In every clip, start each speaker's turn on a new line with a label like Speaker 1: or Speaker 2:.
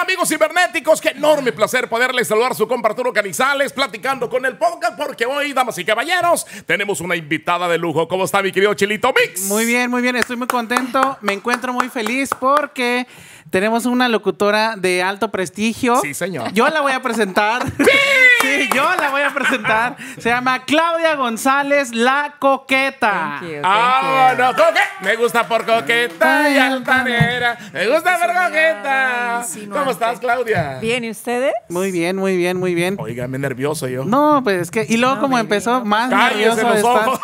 Speaker 1: amigos cibernéticos? Qué enorme placer poderles saludar su compa Arturo Canizales platicando con el podcast porque hoy, damas y caballeros, tenemos una invitada de lujo. ¿Cómo está mi querido Chilito Mix?
Speaker 2: Muy bien, muy bien, estoy muy contento. Me encuentro muy feliz porque tenemos una locutora de alto prestigio.
Speaker 1: Sí, señor.
Speaker 2: Yo la voy a presentar. ¡Sí! yo la voy a presentar. Se llama Claudia González La Coqueta.
Speaker 3: Thank you, thank
Speaker 1: Ah,
Speaker 3: you.
Speaker 1: no, coque. Me gusta por coqueta y altanera. Me gusta por coqueta. ¿Cómo estás, Claudia?
Speaker 3: Bien, ¿y ustedes?
Speaker 2: Muy bien, muy bien, muy bien.
Speaker 1: Oiga, me nervioso yo.
Speaker 2: No, pues es que. Y luego, como empezó, más
Speaker 1: Cállese
Speaker 2: nervioso
Speaker 1: los
Speaker 2: estás.
Speaker 1: ojos.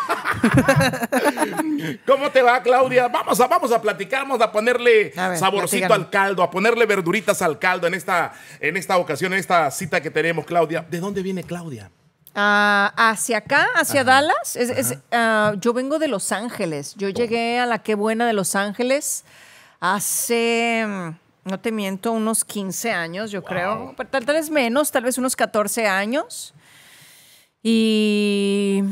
Speaker 1: ¿Cómo te va, Claudia? Vamos a, vamos a platicar, vamos a ponerle
Speaker 3: A ver,
Speaker 1: saborcito
Speaker 3: platícanos.
Speaker 1: al caldo, a ponerle verduritas al caldo en esta, en esta ocasión, en esta cita que tenemos, Claudia. ¿De dónde viene Claudia?
Speaker 3: Ah, hacia acá, hacia Dallas. Es- es, ah, yo vengo de Los Ángeles. Yo llegué a la Qué Buena de Los Ángeles hace, mm, no te miento, unos 15 años, yo creo. Pero Tal, tal vez menos, tal vez unos 14 años. Y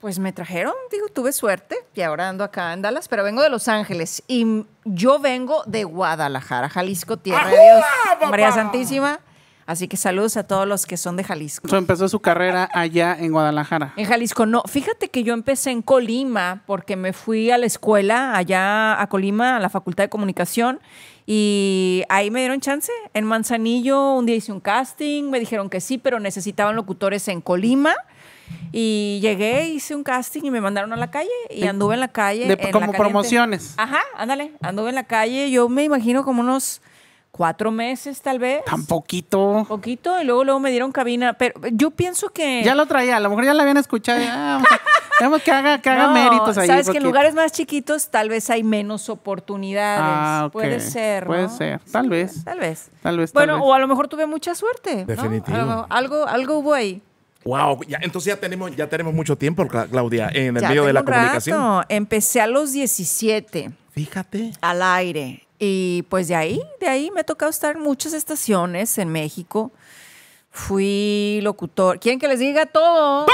Speaker 3: pues me trajeron, digo, tuve suerte y ahora ando acá en Dallas, pero vengo de Los Ángeles y mm, yo vengo de Guadalajara, Jalisco, tierra de
Speaker 1: ¡Ajúa,
Speaker 3: Dios, María
Speaker 1: papá!
Speaker 3: Santísima. Así que saludos a todos los que son de Jalisco.
Speaker 2: So, empezó su carrera allá en Guadalajara.
Speaker 3: En Jalisco, no. Fíjate que yo empecé en Colima porque me fui a la escuela allá a Colima, a la Facultad de Comunicación, y ahí me dieron chance. En Manzanillo un día hice un casting, me dijeron que sí, pero necesitaban locutores en Colima. Y llegué, hice un casting y me mandaron a la calle y anduve en la calle.
Speaker 2: De-
Speaker 3: en la
Speaker 2: como
Speaker 3: caliente.
Speaker 2: promociones.
Speaker 3: Ajá, ándale, anduve en la calle. Yo me imagino como unos cuatro meses tal vez.
Speaker 2: Tan poquito.
Speaker 3: Poquito, y luego, luego me dieron cabina. Pero yo pienso que...
Speaker 2: Ya lo traía, a lo mejor ya la habían escuchado. Ya, vamos a- vamos que haga, que haga
Speaker 3: No,
Speaker 2: méritos ahí.
Speaker 3: Sabes que en
Speaker 2: poquito.
Speaker 3: lugares más chiquitos tal vez hay menos oportunidades.
Speaker 2: Ah, ok.
Speaker 3: Puede ser. ¿no?
Speaker 2: Puede ser, tal
Speaker 3: Sí,
Speaker 2: vez.
Speaker 3: Tal vez.
Speaker 2: Tal vez, tal
Speaker 3: Bueno,
Speaker 2: vez.
Speaker 3: o a lo mejor tuve mucha suerte. ¿no?
Speaker 1: Definitivo.
Speaker 3: A lo mejor- algo, algo hubo ahí.
Speaker 1: Wow, ya, entonces ya tenemos, ya tenemos mucho tiempo, Cla- Claudia, en el
Speaker 3: Ya
Speaker 1: medio de
Speaker 3: tengo
Speaker 1: la
Speaker 3: un
Speaker 1: comunicación.
Speaker 3: rato. Empecé a los 17
Speaker 1: Fíjate.
Speaker 3: al aire. Y pues de ahí, de ahí me ha tocado estar en muchas estaciones en México. Fui locutor. ¿Quieren que les diga todo?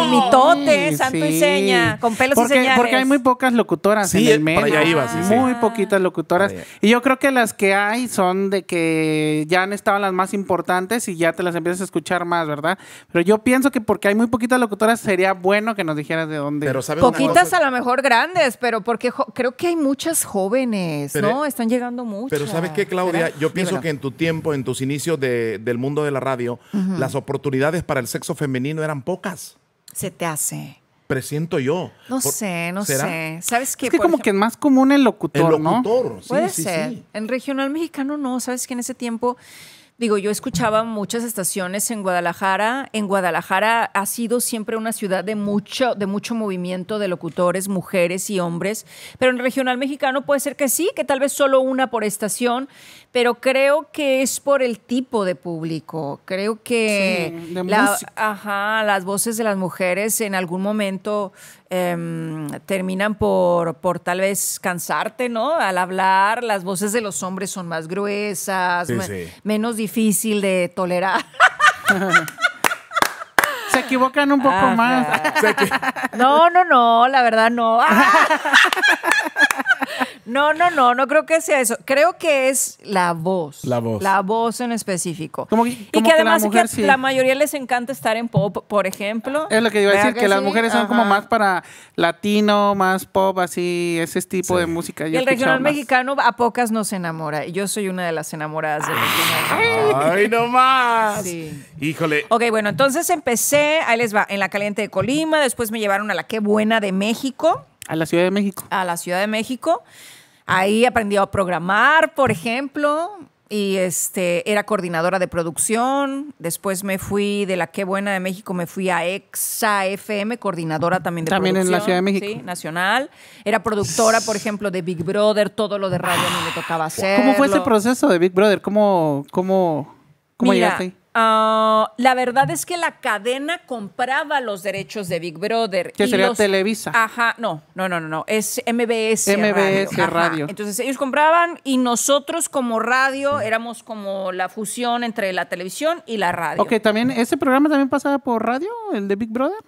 Speaker 3: El mitote,
Speaker 2: Sí,
Speaker 3: santo
Speaker 2: sí.
Speaker 3: y seña, con pelos
Speaker 2: porque,
Speaker 3: y señales. Ah.
Speaker 2: Porque hay muy pocas locutoras
Speaker 1: Sí,
Speaker 2: en el
Speaker 1: eh, para
Speaker 2: medio.
Speaker 1: allá iba, sí, sí.
Speaker 2: Muy poquitas locutoras.
Speaker 1: Para allá.
Speaker 2: Y yo creo que las que hay son de que ya han estado las más importantes y ya te las empiezas a escuchar más, ¿verdad? Pero yo pienso que porque hay muy poquitas locutoras sería bueno que nos dijeras de dónde.
Speaker 1: Pero sabes una
Speaker 3: Poquitas
Speaker 1: cosa?
Speaker 3: a lo mejor grandes, pero porque jo- creo que hay muchas jóvenes,
Speaker 1: Pero-
Speaker 3: ¿no? Están llegando muchas.
Speaker 1: Pero ¿sabes qué, Claudia?
Speaker 3: ¿Verdad?
Speaker 1: Yo pienso
Speaker 3: Dímelo.
Speaker 1: que en tu tiempo, en tus inicios de- del mundo de la radio, las oportunidades para el sexo femenino eran pocas.
Speaker 3: Se te hace.
Speaker 1: Presiento yo.
Speaker 3: No
Speaker 1: Por-
Speaker 3: sé, no
Speaker 1: ¿será?
Speaker 3: sé. ¿Sabes qué?
Speaker 2: es que
Speaker 3: Por
Speaker 2: como que es
Speaker 3: ejemplo-
Speaker 2: más común el locutor,
Speaker 1: El
Speaker 2: ¿no?
Speaker 1: locutor. sí,
Speaker 3: Puede
Speaker 1: sí,
Speaker 3: ser.
Speaker 1: sí.
Speaker 3: En regional mexicano no. Sabes que en ese tiempo, digo, yo escuchaba muchas estaciones en Guadalajara. En Guadalajara ha sido siempre una ciudad de mucho, de mucho movimiento de locutores, mujeres y hombres. Pero en regional mexicano puede ser que sí, que tal vez solo una por estación. Pero creo que es por el tipo de público. Creo que
Speaker 2: Sí, de
Speaker 3: la-
Speaker 2: música.
Speaker 3: Ajá, las voces de las mujeres en algún momento em, terminan por, por tal vez cansarte, ¿no? Al hablar, las voces de los hombres son más gruesas,
Speaker 1: Sí,
Speaker 3: me-
Speaker 1: sí.
Speaker 3: menos difícil de tolerar.
Speaker 2: Se equivocan un poco
Speaker 3: Ajá.
Speaker 2: más.
Speaker 3: No, no, no, la verdad no. No, no, no, no creo que sea eso. Creo que es la voz.
Speaker 1: La voz.
Speaker 3: La voz en específico.
Speaker 2: Como que-
Speaker 3: y
Speaker 2: como
Speaker 3: que
Speaker 2: que la
Speaker 3: además es que
Speaker 2: mujer sí.
Speaker 3: la mayoría les encanta estar en pop, por ejemplo.
Speaker 2: Es lo que iba a
Speaker 3: ¿Verdad
Speaker 2: decir, que, las
Speaker 3: sí?
Speaker 2: mujeres son como
Speaker 3: Ajá.
Speaker 2: más para latino, más pop, así, ese tipo de música. yo
Speaker 3: Y
Speaker 2: he
Speaker 3: el regional
Speaker 2: escuchado más.
Speaker 3: mexicano a pocas nos enamora. Y Yo soy una de las enamoradas del regional.
Speaker 1: Ay, no más.
Speaker 3: Sí.
Speaker 1: Híjole.
Speaker 3: Ok, bueno, entonces empecé, ahí les va, en la Caliente de Colima, después me llevaron a la Qué Buena de México,
Speaker 2: A la Ciudad de México.
Speaker 3: a la Ciudad de México. Ahí aprendí a programar, por ejemplo, y este, era coordinadora de producción. Después me fui de la Qué Buena de México, me fui a EXA FM, coordinadora también de
Speaker 2: También en la
Speaker 3: producción,
Speaker 2: Ciudad de México.
Speaker 3: sí, nacional. Era productora, por ejemplo, de Big Brother, todo lo de radio a mí me tocaba hacer.
Speaker 2: ¿Cómo fue ese proceso de Big Brother? ¿Cómo, cómo, cómo
Speaker 3: Mira,
Speaker 2: llegaste ahí?
Speaker 3: ah, la verdad es que la cadena compraba los derechos de Big Brother.
Speaker 2: Que
Speaker 3: y
Speaker 2: sería
Speaker 3: los-
Speaker 2: Televisa.
Speaker 3: Ajá, no, no, no, no, no, es MBS.
Speaker 2: MBS
Speaker 3: Ajá.
Speaker 2: Radio.
Speaker 3: Entonces ellos compraban y nosotros como radio éramos como la fusión entre la televisión y la radio.
Speaker 2: Ok, también, ¿ese programa también pasaba por radio, el de Big Brother?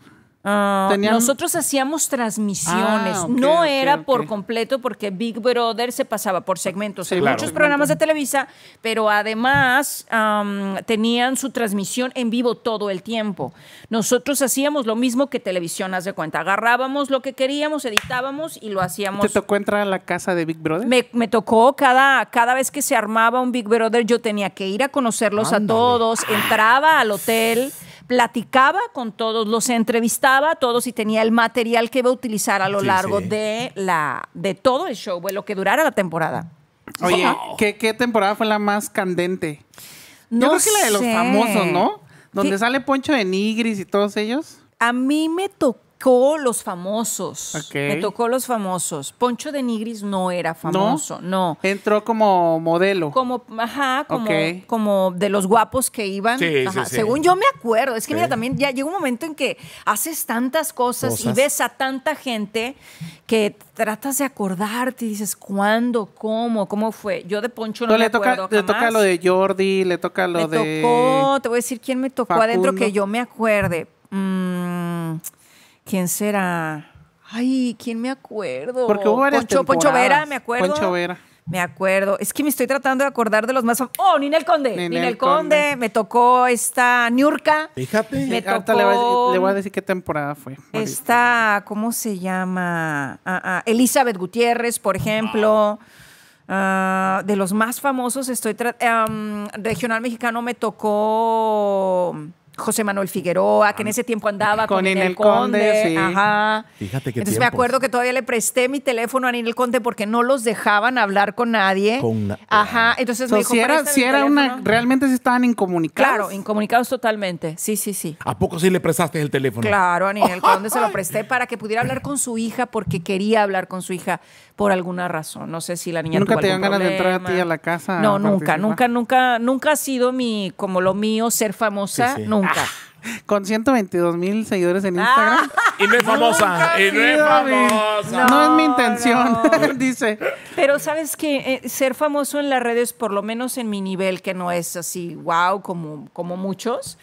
Speaker 3: Ah,
Speaker 2: Tenían-
Speaker 3: Nosotros hacíamos transmisiones,
Speaker 2: Ah, ok,
Speaker 3: no
Speaker 2: ok,
Speaker 3: era
Speaker 2: ok.
Speaker 3: por completo porque Big Brother se pasaba por segmentos,
Speaker 2: Sí,
Speaker 3: hay
Speaker 1: claro.
Speaker 3: muchos programas de Televisa, pero además am, tenían su transmisión en vivo todo el tiempo. Nosotros hacíamos lo mismo que televisión, haz de cuenta, agarrábamos lo que queríamos, editábamos y lo hacíamos.
Speaker 2: ¿Te tocó entrar a la casa de Big Brother?
Speaker 3: Me, me tocó cada, cada vez que se armaba un Big Brother, yo tenía que ir a conocerlos
Speaker 4: Ándale.
Speaker 3: a todos,
Speaker 2: Ah.
Speaker 3: entraba al hotel, platicaba con todos, los entrevistaba a todos y tenía el material que iba a utilizar a lo
Speaker 4: Sí,
Speaker 3: largo
Speaker 4: sí.
Speaker 3: de la de todo el show, güey, lo que durara la temporada.
Speaker 2: Oye,
Speaker 1: Wow.
Speaker 2: ¿qué, qué temporada fue la más candente?
Speaker 3: No
Speaker 2: Yo creo que la de los
Speaker 3: sé.
Speaker 2: famosos, ¿no? Donde
Speaker 3: Sí,
Speaker 2: sale Poncho de Nigris y todos ellos.
Speaker 3: A mí me tocó los famosos.
Speaker 2: Ok.
Speaker 3: Me tocó los famosos. Poncho de Nigris no era famoso, no.
Speaker 2: Entró como modelo.
Speaker 3: Como, ajá, como,
Speaker 2: Ok.
Speaker 3: como de los guapos que iban.
Speaker 1: Sí, sí,
Speaker 3: Ajá,
Speaker 1: sí.
Speaker 3: Según yo me acuerdo. Es que
Speaker 4: Sí.
Speaker 3: mira, también ya llega un momento en que haces tantas cosas, y
Speaker 4: Cosas.
Speaker 3: ves a tanta gente que tratas de acordarte y dices, ¿cuándo? ¿Cómo? ¿Cómo fue? Yo de Poncho no
Speaker 2: Entonces,
Speaker 3: me
Speaker 2: le, toca,
Speaker 3: acuerdo
Speaker 2: le toca
Speaker 3: jamás.
Speaker 2: lo de Jordi, le toca lo
Speaker 3: me
Speaker 2: de...
Speaker 3: tocó, te voy a decir quién me tocó adentro
Speaker 2: Facundo.
Speaker 3: que yo me acuerde. Mm, ¿Quién será? Ay, ¿quién me acuerdo?
Speaker 2: Porque hubo varias
Speaker 3: Poncho, Poncho
Speaker 2: temporadas.
Speaker 3: Vera, me acuerdo.
Speaker 2: Poncho Vera.
Speaker 3: Me acuerdo. Es que me estoy tratando de acordar de los más famosos. Oh, Ninel Conde.
Speaker 2: Ninel
Speaker 3: Ninel, Conde.
Speaker 2: Conde.
Speaker 3: Me tocó esta Niurka.
Speaker 4: Fíjate.
Speaker 3: Me
Speaker 2: Ahorita le voy, a decir-
Speaker 3: tocó este,
Speaker 2: le voy a decir qué temporada fue.
Speaker 3: esta, ¿cómo se llama? Ah, ah, Elizabeth Gutiérrez, por ejemplo. Ah, de los más famosos estoy... tra- am, regional mexicano me tocó José Manuel Figueroa, que en ese tiempo
Speaker 2: Ah,
Speaker 3: andaba con,
Speaker 2: Con
Speaker 3: Ninel
Speaker 2: Ninel Conde,
Speaker 3: Conde.
Speaker 2: sí.
Speaker 3: Ajá.
Speaker 4: Fíjate qué
Speaker 3: Entonces me
Speaker 4: tiempos.
Speaker 3: acuerdo que todavía le presté mi teléfono a Ninel Conde porque no los dejaban hablar con nadie.
Speaker 4: Con na-
Speaker 3: Ajá. Entonces
Speaker 2: So,
Speaker 3: me dijo,
Speaker 2: si era,
Speaker 3: "Préstame
Speaker 2: si
Speaker 3: mi
Speaker 2: era una...
Speaker 3: teléfono".
Speaker 2: Realmente sí estaban incomunicados.
Speaker 3: Claro, incomunicados totalmente. Sí, sí, sí.
Speaker 1: ¿A poco sí le prestaste el teléfono?
Speaker 3: Claro, a Ninel Conde se lo presté para que pudiera hablar con su hija porque quería hablar con su hija por alguna razón. No sé si la niña
Speaker 2: ¿Nunca
Speaker 3: tuvo
Speaker 2: te
Speaker 3: algún
Speaker 2: dieron ganas de entrar a
Speaker 3: problema.
Speaker 2: ti a la casa a
Speaker 3: No, nunca,
Speaker 2: participar?
Speaker 3: nunca, nunca, nunca ha sido mi como lo mío ser famosa,
Speaker 4: Sí, sí.
Speaker 3: nunca.
Speaker 2: Ah. Con 122 mil seguidores en Instagram.
Speaker 3: Ah.
Speaker 1: Y no es famosa. Y no es
Speaker 2: Mira, mi-
Speaker 1: famosa.
Speaker 2: No, es mi
Speaker 3: No,
Speaker 2: intención,
Speaker 3: no.
Speaker 2: dice.
Speaker 3: Pero sabes que ser famoso en las redes, por lo menos en mi nivel, que no es así, wow, como, como muchos,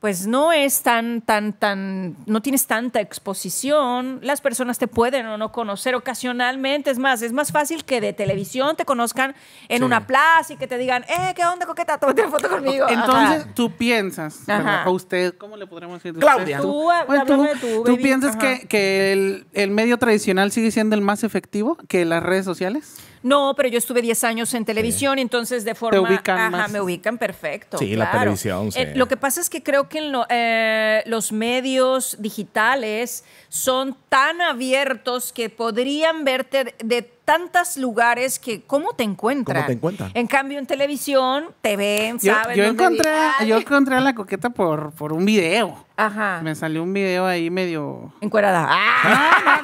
Speaker 3: pues no es tan, tan, tan, no tienes tanta exposición. Las personas te pueden o no conocer ocasionalmente. Es más, es más fácil que de televisión te conozcan en una plaza y que te digan, eh, ¿qué onda, coqueta? Tómate una foto conmigo.
Speaker 2: Entonces,
Speaker 3: Ajá.
Speaker 2: tú piensas,
Speaker 3: Ajá.
Speaker 2: ¿verdad? o usted, ¿cómo le podremos decir?
Speaker 1: Claudia.
Speaker 2: Usted,
Speaker 3: Tú, hab-
Speaker 2: Oye,
Speaker 3: háblame de tú, baby.
Speaker 2: piensas
Speaker 3: Ajá.
Speaker 2: que, que el, el medio tradicional sigue siendo el más efectivo que las redes sociales?
Speaker 3: No, pero yo estuve 10 años en televisión, entonces de forma...
Speaker 2: ubican
Speaker 3: ajá,
Speaker 2: más.
Speaker 3: me ubican perfecto.
Speaker 4: Sí, la
Speaker 3: claro.
Speaker 4: televisión, sí.
Speaker 3: Eh, lo que pasa es que creo que en lo- eh, los medios digitales son tan abiertos que podrían verte de, de tantos lugares que cómo te encuentran.
Speaker 4: ¿Cómo te encuentran?
Speaker 3: En cambio, en televisión te ven,
Speaker 2: Yo,
Speaker 3: saben
Speaker 2: yo
Speaker 3: dónde
Speaker 2: encontré,
Speaker 3: vive.
Speaker 2: yo encontré a la coqueta por, por un video.
Speaker 3: Ajá.
Speaker 2: Me salió un video ahí medio...
Speaker 3: Encuerada. ¡Ah!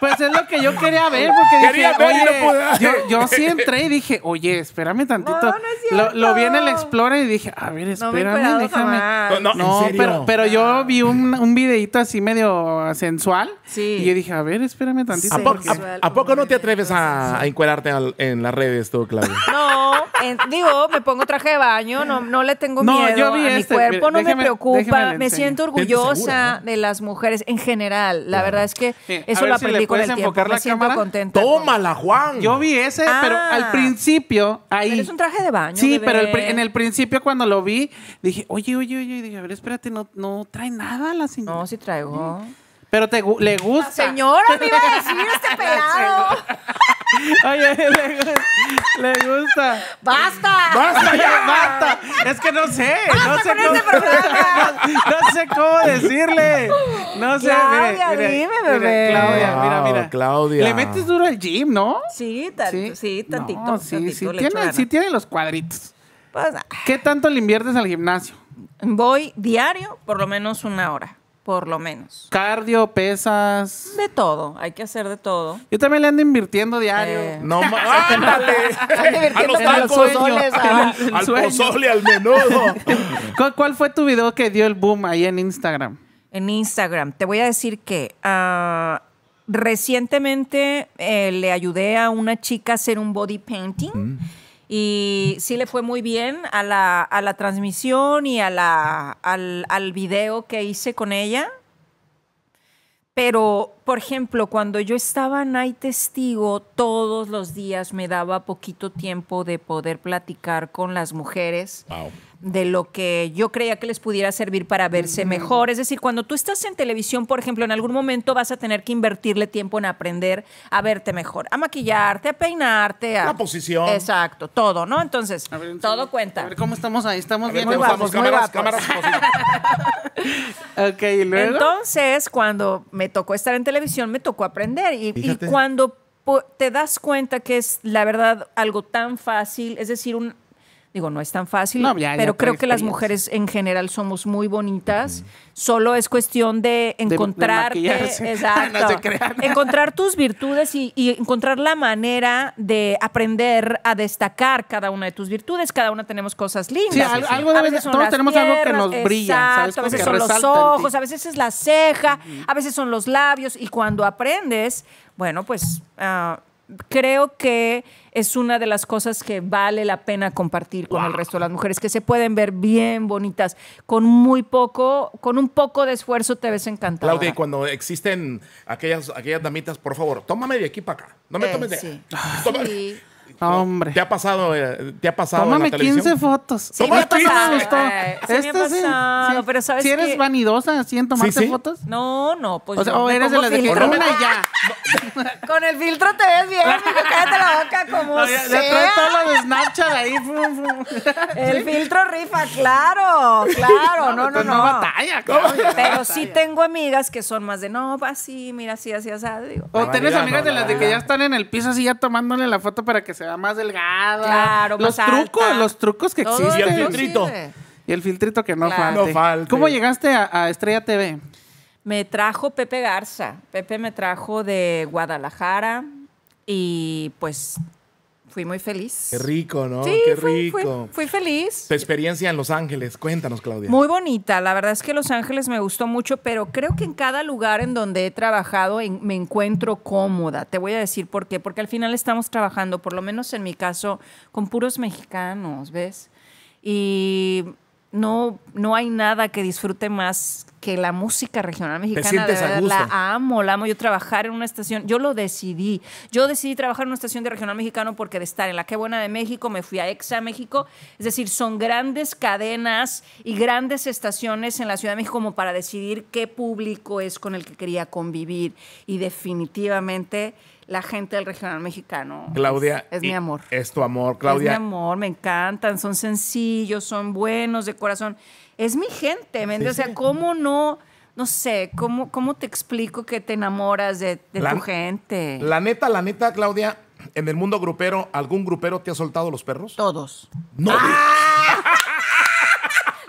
Speaker 2: Pues es lo que yo quería ver, porque
Speaker 1: Quería
Speaker 2: dije,
Speaker 1: ver y no
Speaker 2: oye,
Speaker 1: pude".
Speaker 2: yo, yo sí entré y dije, oye, espérame tantito.
Speaker 3: No, no es
Speaker 2: lo,
Speaker 3: cierto.
Speaker 2: lo vi en el Explorer y dije, a ver,
Speaker 3: No me he
Speaker 2: espérame,
Speaker 3: encuerado
Speaker 2: déjame.
Speaker 3: jamás. Ah.
Speaker 1: No, no, ¿En
Speaker 2: No,
Speaker 1: serio?
Speaker 2: pero, pero yo vi un, un videíto así medio sensual.
Speaker 3: Sí.
Speaker 2: Y yo dije, a ver, espérame tantito.
Speaker 1: ¿A poco,
Speaker 2: porque-
Speaker 1: a- a poco no te atreves a, a encuerarte al- en las redes tú, Claudia?
Speaker 3: No, en- digo, me pongo traje de baño, no, no le tengo
Speaker 2: No,
Speaker 3: miedo
Speaker 2: yo vi
Speaker 3: a mi
Speaker 2: este,
Speaker 3: cuerpo,
Speaker 2: mira,
Speaker 3: no
Speaker 2: déjame-
Speaker 3: me preocupa,
Speaker 2: déjame le
Speaker 3: me
Speaker 2: enseño.
Speaker 3: siento orgullosa de las mujeres en general. La verdad es que
Speaker 2: Mira, a
Speaker 3: eso
Speaker 2: ver
Speaker 3: lo
Speaker 2: si le
Speaker 3: aprendí con
Speaker 2: puedes
Speaker 3: el tiempo,
Speaker 2: enfocar
Speaker 3: me
Speaker 2: la
Speaker 3: siento
Speaker 2: cámara.
Speaker 3: contenta.
Speaker 1: Tómala, Juan.
Speaker 2: Yo vi ese, pero
Speaker 3: Ah.
Speaker 2: al principio, ahí.
Speaker 3: Pero es un traje de baño,
Speaker 2: Sí,
Speaker 3: bebé.
Speaker 2: pero el pri- en el principio cuando lo vi, dije, oye, oye, oye, y dije, a ver, espérate, no, no trae nada la señora.
Speaker 3: No, sí traigo.
Speaker 2: Pero te gu- le gusta.
Speaker 3: Señora, me iba a decir este pelado.
Speaker 2: Oye, le, gu- le gusta.
Speaker 3: ¡Basta!
Speaker 2: ¡Basta ya! ¡Basta! Es que no sé. no, sé
Speaker 3: con
Speaker 2: cómo,
Speaker 3: este programa!
Speaker 2: no, no sé cómo decirle. No sé. mire,
Speaker 3: Claudia,
Speaker 2: mire,
Speaker 3: dime,
Speaker 2: mire,
Speaker 3: bebé.
Speaker 2: Claudia, mira,
Speaker 1: Wow,
Speaker 2: mira.
Speaker 1: Claudia.
Speaker 2: Le metes duro al gym, ¿no?
Speaker 3: Sí, tantito, sí, tantito.
Speaker 2: No, sí,
Speaker 3: tantito,
Speaker 2: sí,
Speaker 3: le echo
Speaker 2: tiene,
Speaker 3: ganas.
Speaker 2: sí tiene los cuadritos.
Speaker 3: Pues, ah,
Speaker 2: ¿Qué tanto le inviertes al gimnasio?
Speaker 3: voy diario, por lo menos una hora, por lo menos.
Speaker 2: Cardio, pesas.
Speaker 3: De todo, hay que hacer de todo.
Speaker 2: Yo también le ando invirtiendo diario.
Speaker 3: Eh.
Speaker 1: No ma- ah. ¡Ándale! a los
Speaker 3: en los
Speaker 1: tacos,
Speaker 3: pozoles,
Speaker 2: ah.
Speaker 1: al-
Speaker 2: El
Speaker 1: al
Speaker 2: sueño.
Speaker 1: pozole, al menudo.
Speaker 2: ¿Cuál, cuál fue tu video que dio el boom ahí en Instagram?
Speaker 3: en Instagram. Te voy a decir que ah, recientemente eh, le ayudé a una chica a hacer un body painting. Y sí le fue muy bien a la, a la transmisión y a la, al, al video que hice con ella. Pero, por ejemplo, cuando yo estaba en Hay Testigo, todos los días me daba poquito tiempo de poder platicar con las mujeres
Speaker 1: Wow.
Speaker 3: de lo que yo creía que les pudiera servir para verse mejor. Es decir, cuando tú estás en televisión, por ejemplo, en algún momento vas a tener que invertirle tiempo en aprender a verte mejor, a maquillarte, a peinarte, a
Speaker 1: La posición.
Speaker 3: Exacto, todo, ¿no? Entonces,
Speaker 2: A ver, un
Speaker 3: todo
Speaker 2: segundo. A
Speaker 3: cuenta.
Speaker 2: ver, ¿cómo estamos ahí? Estamos
Speaker 1: A ver, ¿cómo
Speaker 2: bien.
Speaker 3: muy
Speaker 1: estamos?
Speaker 3: guapos, muy
Speaker 1: Cámaras,
Speaker 3: guapos.
Speaker 1: cámaras. posición.
Speaker 2: Ok, y luego.
Speaker 3: Entonces, cuando me tocó estar en televisión, me tocó aprender. Y, y
Speaker 4: Fíjate.
Speaker 3: cuando po- te das cuenta que es, la verdad, algo tan fácil, es decir, un... Digo, no es tan fácil,
Speaker 2: No, ya, ya
Speaker 3: pero creo
Speaker 2: traes
Speaker 3: que las
Speaker 2: experiencia.
Speaker 3: mujeres en general somos muy bonitas. Solo es cuestión de
Speaker 2: de
Speaker 3: encontrarte,
Speaker 2: maquillarse.
Speaker 3: exacto,
Speaker 2: No se crean.
Speaker 3: encontrar tus virtudes y, y encontrar la manera de aprender a destacar cada una de tus virtudes. Cada una tenemos cosas lindas.
Speaker 2: Sí, al-
Speaker 3: A
Speaker 2: algo debe
Speaker 3: veces
Speaker 2: de-
Speaker 3: son
Speaker 2: todos
Speaker 3: las
Speaker 2: tenemos algo que nos brilla,
Speaker 3: exacto,
Speaker 2: ¿sabes?
Speaker 3: A
Speaker 2: Como
Speaker 3: veces
Speaker 2: que
Speaker 3: son los
Speaker 2: resalta en ti.
Speaker 3: ojos, a veces es la ceja, a veces son los labios y cuando aprendes, bueno, pues ah, creo que es una de las cosas que vale la pena compartir con el resto de las mujeres, que se pueden ver bien bonitas, con muy poco, con un poco de esfuerzo te ves encantada.
Speaker 1: Claudia, y cuando existen aquellas, aquellas damitas, por favor, tómame de aquí para acá. No me
Speaker 3: Eh,
Speaker 1: tomes de
Speaker 3: sí.
Speaker 1: Toma-
Speaker 3: Sí.
Speaker 2: No, hombre.
Speaker 1: ¿Te ha pasado, eh, ¿te ha pasado en la
Speaker 2: Tómame
Speaker 1: televisión?
Speaker 2: 15 fotos.
Speaker 3: Sí, me ha
Speaker 2: Esta sí
Speaker 3: pasado,
Speaker 2: me gustó.
Speaker 3: eh, sí me ha
Speaker 2: Esta sí-
Speaker 3: pasado,
Speaker 2: sí.
Speaker 3: pero ¿sabes
Speaker 2: ¿Sí eres
Speaker 3: qué?
Speaker 2: vanidosa así en tomarte
Speaker 1: sí.
Speaker 2: fotos?
Speaker 3: No, no, pues
Speaker 2: O sea,
Speaker 3: yo
Speaker 2: o
Speaker 3: me
Speaker 2: eres de
Speaker 3: pongo
Speaker 2: las de que
Speaker 3: filtro.
Speaker 2: con una y ya.
Speaker 3: Con el filtro te ves bien, mijo, cállate la boca como
Speaker 2: No, ya- ya
Speaker 3: sea.
Speaker 2: trae todo lo de Snapchat ahí. fum, fum.
Speaker 3: El filtro rifa, claro, claro, no, no,
Speaker 2: Entonces,
Speaker 3: no.
Speaker 2: batalla, Claudia.
Speaker 3: Pero sí tengo amigas que son más de, no, así, mira, así, así, así, digo.
Speaker 2: O
Speaker 1: La
Speaker 2: tenés
Speaker 1: vanidad,
Speaker 2: amigas
Speaker 1: no,
Speaker 2: de
Speaker 1: la
Speaker 2: las de que ya
Speaker 1: vanidad.
Speaker 2: están en el piso así ya tomándole la foto para que se vea más delgada.
Speaker 3: Claro,
Speaker 2: los
Speaker 3: más
Speaker 2: trucos,
Speaker 3: alta.
Speaker 2: los trucos que
Speaker 3: Todo
Speaker 2: existen.
Speaker 1: Y el
Speaker 3: inclusive.
Speaker 1: filtrito.
Speaker 2: Y el filtrito que no
Speaker 3: Claro.
Speaker 2: falte.
Speaker 1: No falte.
Speaker 2: ¿Cómo llegaste a, a Estrella TV?
Speaker 3: Me trajo Pepe Garza. Pepe me trajo de Guadalajara y pues fui muy feliz.
Speaker 1: Qué rico, ¿no?
Speaker 3: Sí,
Speaker 1: Qué
Speaker 3: fui,
Speaker 1: rico.
Speaker 3: fui- fui feliz.
Speaker 1: Tu experiencia en Los Ángeles, cuéntanos, Claudia.
Speaker 3: Muy bonita, la verdad es que Los Ángeles me gustó mucho, pero creo que en cada lugar en donde he trabajado en- me encuentro cómoda. Te voy a decir por qué, porque al final estamos trabajando, por lo menos en mi caso, con puros mexicanos, ¿ves? Y no, no hay nada que disfrute más que la música regional mexicana.
Speaker 1: sientes
Speaker 3: de
Speaker 1: a
Speaker 3: verdad,
Speaker 1: gusto.
Speaker 3: La amo, la amo. Yo trabajar en una estación, yo lo decidí. Yo decidí trabajar en una estación de regional mexicano porque de estar en la Qué Buena de México me fui a Exa México. Es decir, son grandes cadenas y grandes estaciones en la Ciudad de México como para decidir qué público es con el que quería convivir. Y definitivamente la gente del regional mexicano
Speaker 1: Claudia.
Speaker 3: es, es
Speaker 1: y-
Speaker 3: mi amor.
Speaker 1: Es tu amor, Claudia.
Speaker 3: Es mi amor, me encantan, son sencillos, son buenos de corazón. Es mi gente, ¿me entiendes? O sea, ¿cómo no? No sé, ¿cómo, cómo te explico que te enamoras de, de
Speaker 1: La-
Speaker 3: tu gente?
Speaker 1: La neta, la neta, Claudia, en el mundo grupero, ¿algún grupero te ha soltado los perros?
Speaker 3: Todos.
Speaker 1: No.
Speaker 2: Ah.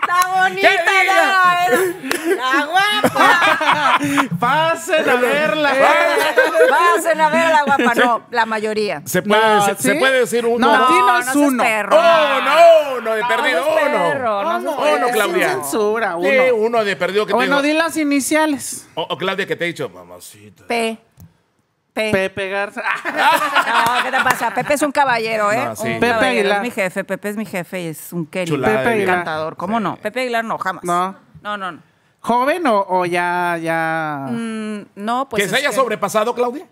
Speaker 3: ¡La bonita!
Speaker 1: ¿Qué
Speaker 3: La, la guapa!
Speaker 2: Pasen a verla.
Speaker 3: Pasen a ver a la guapa. No, la mayoría.
Speaker 1: Se puede,
Speaker 2: No,
Speaker 1: decir-
Speaker 2: ¿sí?
Speaker 1: se puede decir uno.
Speaker 2: No,
Speaker 1: dos.
Speaker 2: sí, no
Speaker 3: no
Speaker 2: es
Speaker 3: seas
Speaker 2: uno.
Speaker 3: perro.
Speaker 1: Oh, no, no, de perdido,
Speaker 3: seas
Speaker 1: oh, no.
Speaker 3: perro, no seas
Speaker 2: Uno,
Speaker 1: Oh, no,
Speaker 3: perro.
Speaker 2: es
Speaker 1: Claudia.
Speaker 2: sin censura, uno.
Speaker 1: Sí, uno de perdido que
Speaker 2: bueno,
Speaker 1: te
Speaker 2: di las iniciales.
Speaker 1: O, o Claudia, que te he dicho, mamacita.
Speaker 3: P. P.
Speaker 2: Pepe Garza. Ah,
Speaker 3: No, ¿qué te pasa? Pepe es un caballero, ¿eh?
Speaker 1: No, sí.
Speaker 3: Un
Speaker 1: Pepe
Speaker 3: caballero,
Speaker 2: Aguilar.
Speaker 3: Es mi jefe, Pepe es mi jefe y es un querido
Speaker 1: Chulada
Speaker 2: Pepe
Speaker 1: de vida.
Speaker 2: Aguilar.
Speaker 3: encantador. ¿Cómo no? Pepe Aguilar no, jamás.
Speaker 2: No.
Speaker 3: No, no, no.
Speaker 2: ¿Joven o, o ya, ya?
Speaker 3: Mm, No, pues.
Speaker 1: ¿Que
Speaker 3: es
Speaker 1: se haya sobrepasado, Claudia?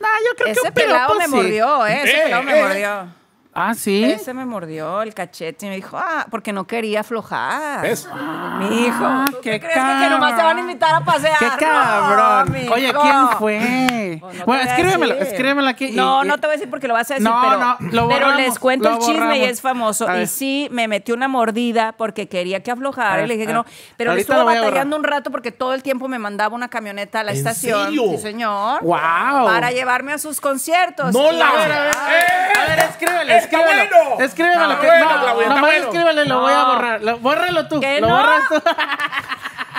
Speaker 2: No, yo creo que
Speaker 3: Ese
Speaker 2: un piropo
Speaker 3: pelado me
Speaker 2: sí.
Speaker 3: mordió, ¿eh? Ese
Speaker 1: Eh,
Speaker 3: pelado me
Speaker 1: eh.
Speaker 3: mordió.
Speaker 2: Ah, ¿sí?
Speaker 3: Ese me mordió el cachete y me dijo, ah, porque no quería aflojar.
Speaker 1: ¿Ves?
Speaker 3: Mi hijo.
Speaker 2: Ah,
Speaker 3: ¿Tú
Speaker 2: qué
Speaker 3: qué crees que, que nomás te van a invitar a pasear?
Speaker 2: ¡Qué
Speaker 3: No,
Speaker 2: cabrón!
Speaker 3: mijo.
Speaker 2: Oye, ¿quién fue?
Speaker 3: Pues no te voy
Speaker 2: bueno,
Speaker 3: a
Speaker 2: escríbemelo,
Speaker 3: decir.
Speaker 2: escríbemelo aquí. y-
Speaker 3: No,
Speaker 2: y-
Speaker 3: no te voy a decir porque lo vas a decir,
Speaker 2: No,
Speaker 3: pero,
Speaker 2: no, lo
Speaker 3: pero
Speaker 2: borramos,
Speaker 3: les cuento
Speaker 2: lo
Speaker 3: el chisme y
Speaker 2: borramos.
Speaker 3: es famoso.
Speaker 2: A ver.
Speaker 3: Y sí, me metió una mordida porque quería que
Speaker 2: A
Speaker 3: aflojara y
Speaker 2: ver,
Speaker 3: le dije que
Speaker 2: a
Speaker 3: no.
Speaker 2: ver.
Speaker 3: Pero le
Speaker 2: Ahorita
Speaker 3: estuvo
Speaker 2: lo voy a borrar.
Speaker 3: batallando un rato porque todo el tiempo me mandaba una camioneta a la
Speaker 1: ¿En
Speaker 3: estación.
Speaker 1: serio?
Speaker 3: Sí, señor.
Speaker 2: Guau.
Speaker 3: Para llevarme a sus conciertos.
Speaker 1: No
Speaker 3: Y-
Speaker 1: la-
Speaker 2: A ver, a ver,
Speaker 1: ¡Eh!
Speaker 2: a ver, escríbelo,
Speaker 1: ¡Está
Speaker 2: escríbelo.
Speaker 1: bueno!
Speaker 2: Escríbelo,
Speaker 1: Está
Speaker 2: que
Speaker 1: bueno,
Speaker 2: no,
Speaker 1: Claudia, está
Speaker 2: nomás
Speaker 1: bueno.
Speaker 2: escríbelo, lo voy a
Speaker 3: No.
Speaker 2: borrar. Lo- bórralo tú,
Speaker 3: ¿Que
Speaker 2: lo
Speaker 3: no?
Speaker 2: borras tú.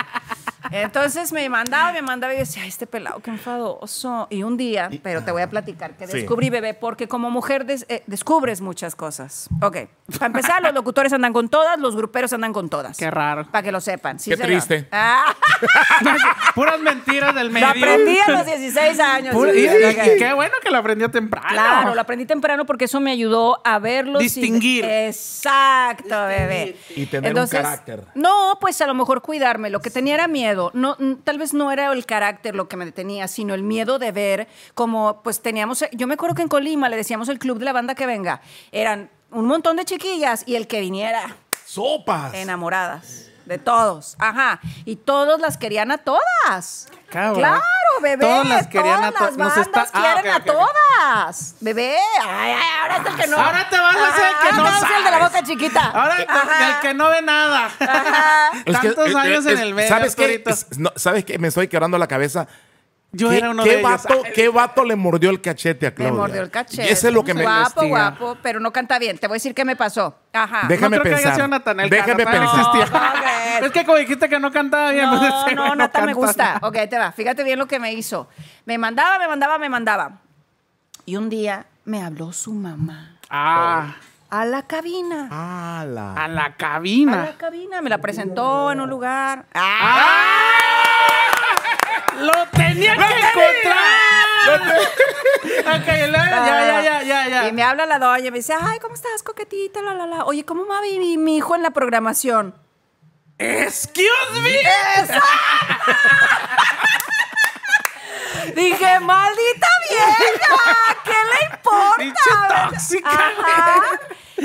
Speaker 3: Entonces me mandaba, me mandaba y yo decía, "Ay, este pelado, qué enfadoso. Y un día, pero te voy a platicar que
Speaker 1: Sí.
Speaker 3: descubrí, bebé, porque como mujer des- eh, descubres muchas cosas. Ok, para empezar, los locutores andan con todas, los gruperos andan con todas.
Speaker 2: Qué raro.
Speaker 3: Para que lo sepan. Sí,
Speaker 1: Qué
Speaker 3: señor.
Speaker 1: triste.
Speaker 3: Ah,
Speaker 2: Puras mentiras del
Speaker 3: lo
Speaker 2: medio.
Speaker 3: aprendí a los 16 años.
Speaker 2: Pura-
Speaker 3: sí,
Speaker 2: y,
Speaker 3: ok.
Speaker 2: y- y qué bueno que lo aprendió temprano.
Speaker 3: Claro, lo aprendí temprano porque eso me ayudó a verlos. y-
Speaker 2: Distinguir.
Speaker 3: Exacto, bebé.
Speaker 1: Y tener un carácter.
Speaker 3: No, pues a lo mejor cuidarme. Lo que tenía era miedo. miedo. No, n- tal vez no era el carácter lo que me detenía, sino el miedo de ver como, pues teníamos, yo me acuerdo que en Colima le decíamos el club de la banda que venga. Eran un montón de chiquillas y el que viniera,
Speaker 1: ¡Sopas!
Speaker 3: enamoradas de todos. Ajá. Y todos las querían a todas.
Speaker 2: Cabrón.
Speaker 3: Claro, bebé.
Speaker 2: Todas las querían a to-
Speaker 3: todas. Las
Speaker 2: nos
Speaker 3: bandas
Speaker 2: está- ah,
Speaker 3: quieren
Speaker 2: ok,
Speaker 3: a
Speaker 2: ok, ok.
Speaker 3: todas. Bebé. Ay, ay, ahora es el que no.
Speaker 2: Ahora te vas a hacer el
Speaker 3: Ajá,
Speaker 2: que no
Speaker 3: ahora te vas a hacer el de la
Speaker 2: sabes.
Speaker 3: boca chiquita.
Speaker 2: Ahora,
Speaker 3: Ajá.
Speaker 2: el que no ve nada.
Speaker 3: Ajá.
Speaker 1: Es que,
Speaker 2: Tantos
Speaker 1: eh,
Speaker 2: años
Speaker 1: eh,
Speaker 2: en
Speaker 1: es-
Speaker 2: el medio,
Speaker 1: ¿Sabes qué?
Speaker 2: Arturito.
Speaker 1: Es- no, ¿Sabes qué? Me estoy quebrando la cabeza.
Speaker 2: Yo
Speaker 1: ¿Qué,
Speaker 2: era uno
Speaker 1: qué
Speaker 2: de
Speaker 1: vato,
Speaker 2: ellos.
Speaker 1: ¿Qué vato le mordió el cachete a
Speaker 3: Me
Speaker 1: Claudia?
Speaker 3: mordió el cachete.
Speaker 1: Y ese es lo que me...
Speaker 3: Guapo,
Speaker 2: investiga.
Speaker 3: guapo, pero no canta bien. Te voy a decir qué me pasó. Ajá.
Speaker 1: Déjame
Speaker 2: no creo que haya
Speaker 1: pensar.
Speaker 2: sido Natanel
Speaker 1: Déjame
Speaker 2: Cano, todavía
Speaker 1: pensar.
Speaker 2: no
Speaker 3: No,
Speaker 2: existía.
Speaker 3: no,
Speaker 2: es que como dijiste que no cantaba bien, pues,
Speaker 3: No,
Speaker 2: ese
Speaker 3: no,
Speaker 2: güey
Speaker 3: Nata me
Speaker 2: canta
Speaker 3: gusta.
Speaker 2: nada.
Speaker 3: Ok, ahí te va. Fíjate bien lo que me hizo. Me mandaba, me mandaba, me mandaba. Y un día me habló su mamá
Speaker 2: Ah,
Speaker 3: a la cabina.
Speaker 1: ¡Hala!
Speaker 2: a la
Speaker 3: A la
Speaker 2: cabina.
Speaker 3: cabina. Me la presentó en un lugar. ¡Ah!
Speaker 2: ¡Ah! ¡Lo tenía que encontrar! Ok, la- ya, ya, ya, ya, ya.
Speaker 3: Y me habla la doña y me dice, ay, ¿cómo estás, coquetita? La, la, la. Oye, ¿cómo va mi- mi, mi hijo en la programación?
Speaker 2: ¡Excuse me!
Speaker 3: Dije, maldita vieja, ¿qué le importa?
Speaker 2: Pinche tóxica,
Speaker 3: Ajá.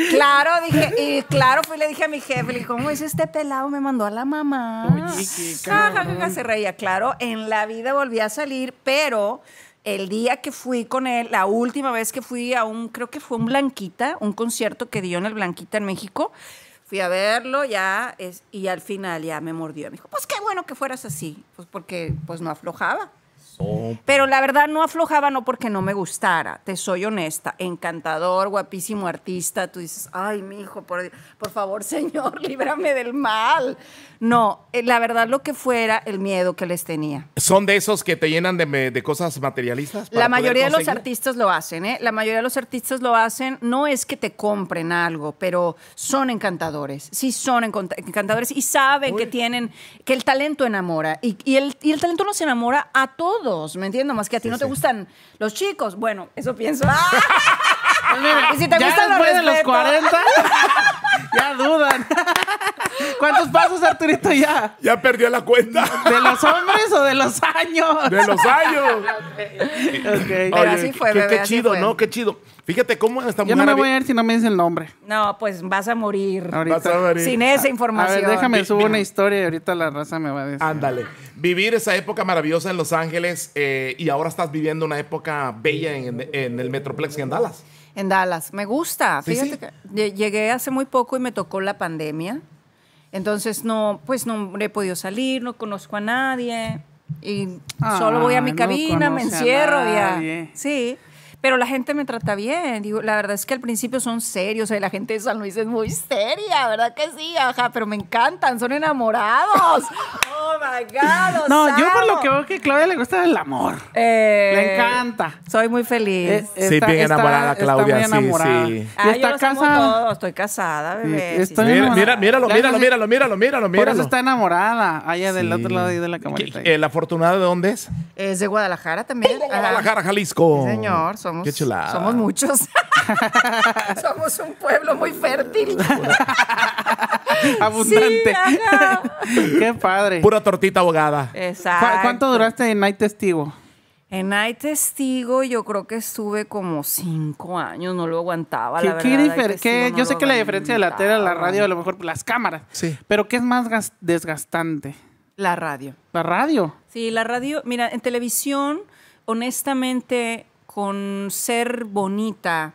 Speaker 3: Claro, dije, y claro, fui y le dije a mi jefe, le dije, ¿cómo es este pelado? Me mandó a la mamá.
Speaker 2: Oye, qué
Speaker 3: Ja, ja, ja, ja, se reía, claro. En la vida volví a salir, pero el día que fui con él, la última vez que fui a un, creo que fue un Blanquita, un concierto que dio en el Blanquita en México. Fui a verlo ya es- y al final ya me mordió. Me dijo, pues qué bueno que fueras así, pues porque pues no aflojaba. Pero la verdad no aflojaba, no porque no me gustara, te soy honesta. Encantador, guapísimo artista. Tú dices, ay, mi hijo, por, por favor, señor, líbrame del mal. No, eh, la verdad lo que fuera el miedo que les tenía.
Speaker 1: ¿Son de esos que te llenan de, me- de cosas materialistas? para
Speaker 3: La
Speaker 1: poder
Speaker 3: mayoría de los
Speaker 1: conseguir?
Speaker 3: artistas lo hacen, ¿eh? La mayoría de los artistas lo hacen. No es que te compren algo, pero son encantadores. Sí, son encont- encantadores y saben que tienen, que el talento enamora. Y, y el, y el talento nos enamora a todos, ¿me entiendes? Más que a ti no te gustan los chicos. Bueno, eso pienso. Y si te
Speaker 2: ya
Speaker 3: gustan, lo
Speaker 2: después de los
Speaker 3: respeto.
Speaker 2: 40, ya dudan. ¿Cuántos pasos, Arturito, ya?
Speaker 1: Ya perdió la cuenta
Speaker 2: ¿De los hombres o de los años?
Speaker 1: de los años.
Speaker 2: Ok.
Speaker 3: Pero así fue,
Speaker 1: qué,
Speaker 3: bebé,
Speaker 1: qué
Speaker 3: así
Speaker 1: chido,
Speaker 3: fue.
Speaker 1: ¿no? Qué chido. Fíjate cómo esta
Speaker 2: Yo
Speaker 1: mujer...
Speaker 2: no me
Speaker 1: había-
Speaker 2: voy a ir si no me dice el nombre.
Speaker 3: No, pues vas a morir
Speaker 2: Ahorita.
Speaker 1: Vas a ver,
Speaker 3: sin esa
Speaker 2: A
Speaker 3: información.
Speaker 2: ver, déjame
Speaker 1: Vi-
Speaker 2: subo
Speaker 1: vi-
Speaker 2: una historia y ahorita la raza me va a decir.
Speaker 1: Ándale. Vivir esa época maravillosa en Los Ángeles eh, y ahora estás viviendo una época bella en, en- en el Metroplex y en Dallas.
Speaker 3: En Dallas. Me gusta.
Speaker 1: Sí,
Speaker 3: Fíjate
Speaker 1: sí.
Speaker 3: que lle- llegué hace muy poco y me tocó la pandemia. Entonces no, pues no he podido salir, no conozco a nadie. Y
Speaker 2: Ah,
Speaker 3: solo voy a mi
Speaker 2: no
Speaker 3: cabina, me
Speaker 2: conoce a
Speaker 3: encierro ya.
Speaker 2: nadie.
Speaker 3: Sí. Pero la gente me trata bien. Digo, la verdad es que al principio son serios. eh, La gente de San Luis es muy seria, ¿verdad que sí? Ajá, pero me encantan, son enamorados. oh my God. los
Speaker 2: No, yo por lo
Speaker 3: amo.
Speaker 2: que veo que a Claudia le gusta el amor.
Speaker 3: Eh,
Speaker 2: Le encanta.
Speaker 3: Soy muy feliz.
Speaker 2: Eh,
Speaker 1: Sí, bien enamorada, Claudia, sí,
Speaker 2: Está muy enamorada.
Speaker 1: sí.
Speaker 3: Ah,
Speaker 2: Y
Speaker 3: yo
Speaker 2: está
Speaker 3: los amo
Speaker 2: casada.
Speaker 3: todos, Estoy casada, bebé.
Speaker 2: Sí,
Speaker 3: sí,
Speaker 2: estoy
Speaker 3: sí.
Speaker 1: Mira,
Speaker 2: enamorada.
Speaker 1: mira, míralo,
Speaker 2: Ya,
Speaker 1: míralo,
Speaker 2: ya sé.
Speaker 1: míralo, míralo, míralo,
Speaker 2: Por eso
Speaker 1: míralo.
Speaker 2: está enamorada. Allá del otro lado ahí de la camarita. ahí.
Speaker 1: ¿El afortunado de dónde es?
Speaker 3: Es de Guadalajara también. Ajá.
Speaker 1: Guadalajara, Jalisco.
Speaker 3: Sí, señor, somos,
Speaker 1: Qué chulada.
Speaker 3: somos muchos. somos un pueblo muy fértil.
Speaker 2: Abundante.
Speaker 3: Sí, ajá.
Speaker 2: Qué padre.
Speaker 1: Pura tortita abogada.
Speaker 2: ¿Cu-
Speaker 3: Exacto.
Speaker 2: ¿Cuánto duraste en Night Testigo?
Speaker 3: En Night Testigo yo creo que estuve como cinco años, no lo aguantaba,
Speaker 2: ¿Qué-
Speaker 3: Ah, la
Speaker 2: qué
Speaker 3: verdad, Ay,
Speaker 2: difer-
Speaker 3: Testigo
Speaker 2: qué-
Speaker 3: no
Speaker 2: yo
Speaker 3: lo
Speaker 2: sé que la diferencia de la tele a la
Speaker 3: aguantaba.
Speaker 2: radio, a lo mejor las cámaras.
Speaker 1: Sí.
Speaker 2: Pero ¿qué es más gas- desgastante?
Speaker 3: La radio.
Speaker 2: La radio.
Speaker 3: Sí, la radio, mira, en televisión, honestamente, con ser bonita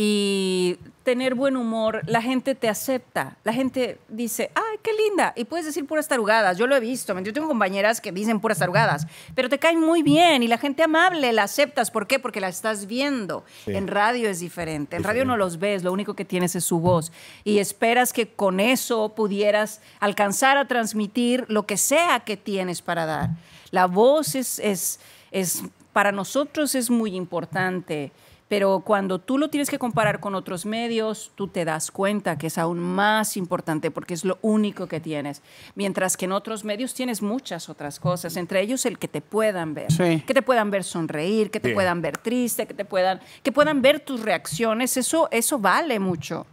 Speaker 3: y tener buen humor, la gente te acepta. La gente dice, ay, qué linda. Y puedes decir puras tarugadas. Yo lo he visto. ¿me entiendes? Yo tengo compañeras que dicen puras tarugadas, pero te caen muy bien y la gente amable la aceptas. ¿Por qué? Porque la estás viendo. En radio es diferente. En radio no los ves, lo único que tienes es su voz. Y esperas que con eso pudieras alcanzar a transmitir lo que sea que tienes para dar. La voz es, es, es para nosotros es muy importante, pero cuando tú lo tienes que comparar con otros medios, tú te das cuenta que es aún más importante porque es lo único que tienes. Mientras que en otros medios tienes muchas otras cosas, entre ellos el que te puedan ver,
Speaker 2: Sí.
Speaker 3: que te puedan ver sonreír, que te
Speaker 1: Sí.
Speaker 3: puedan ver triste, que te puedan, que puedan ver tus reacciones, eso, eso vale mucho.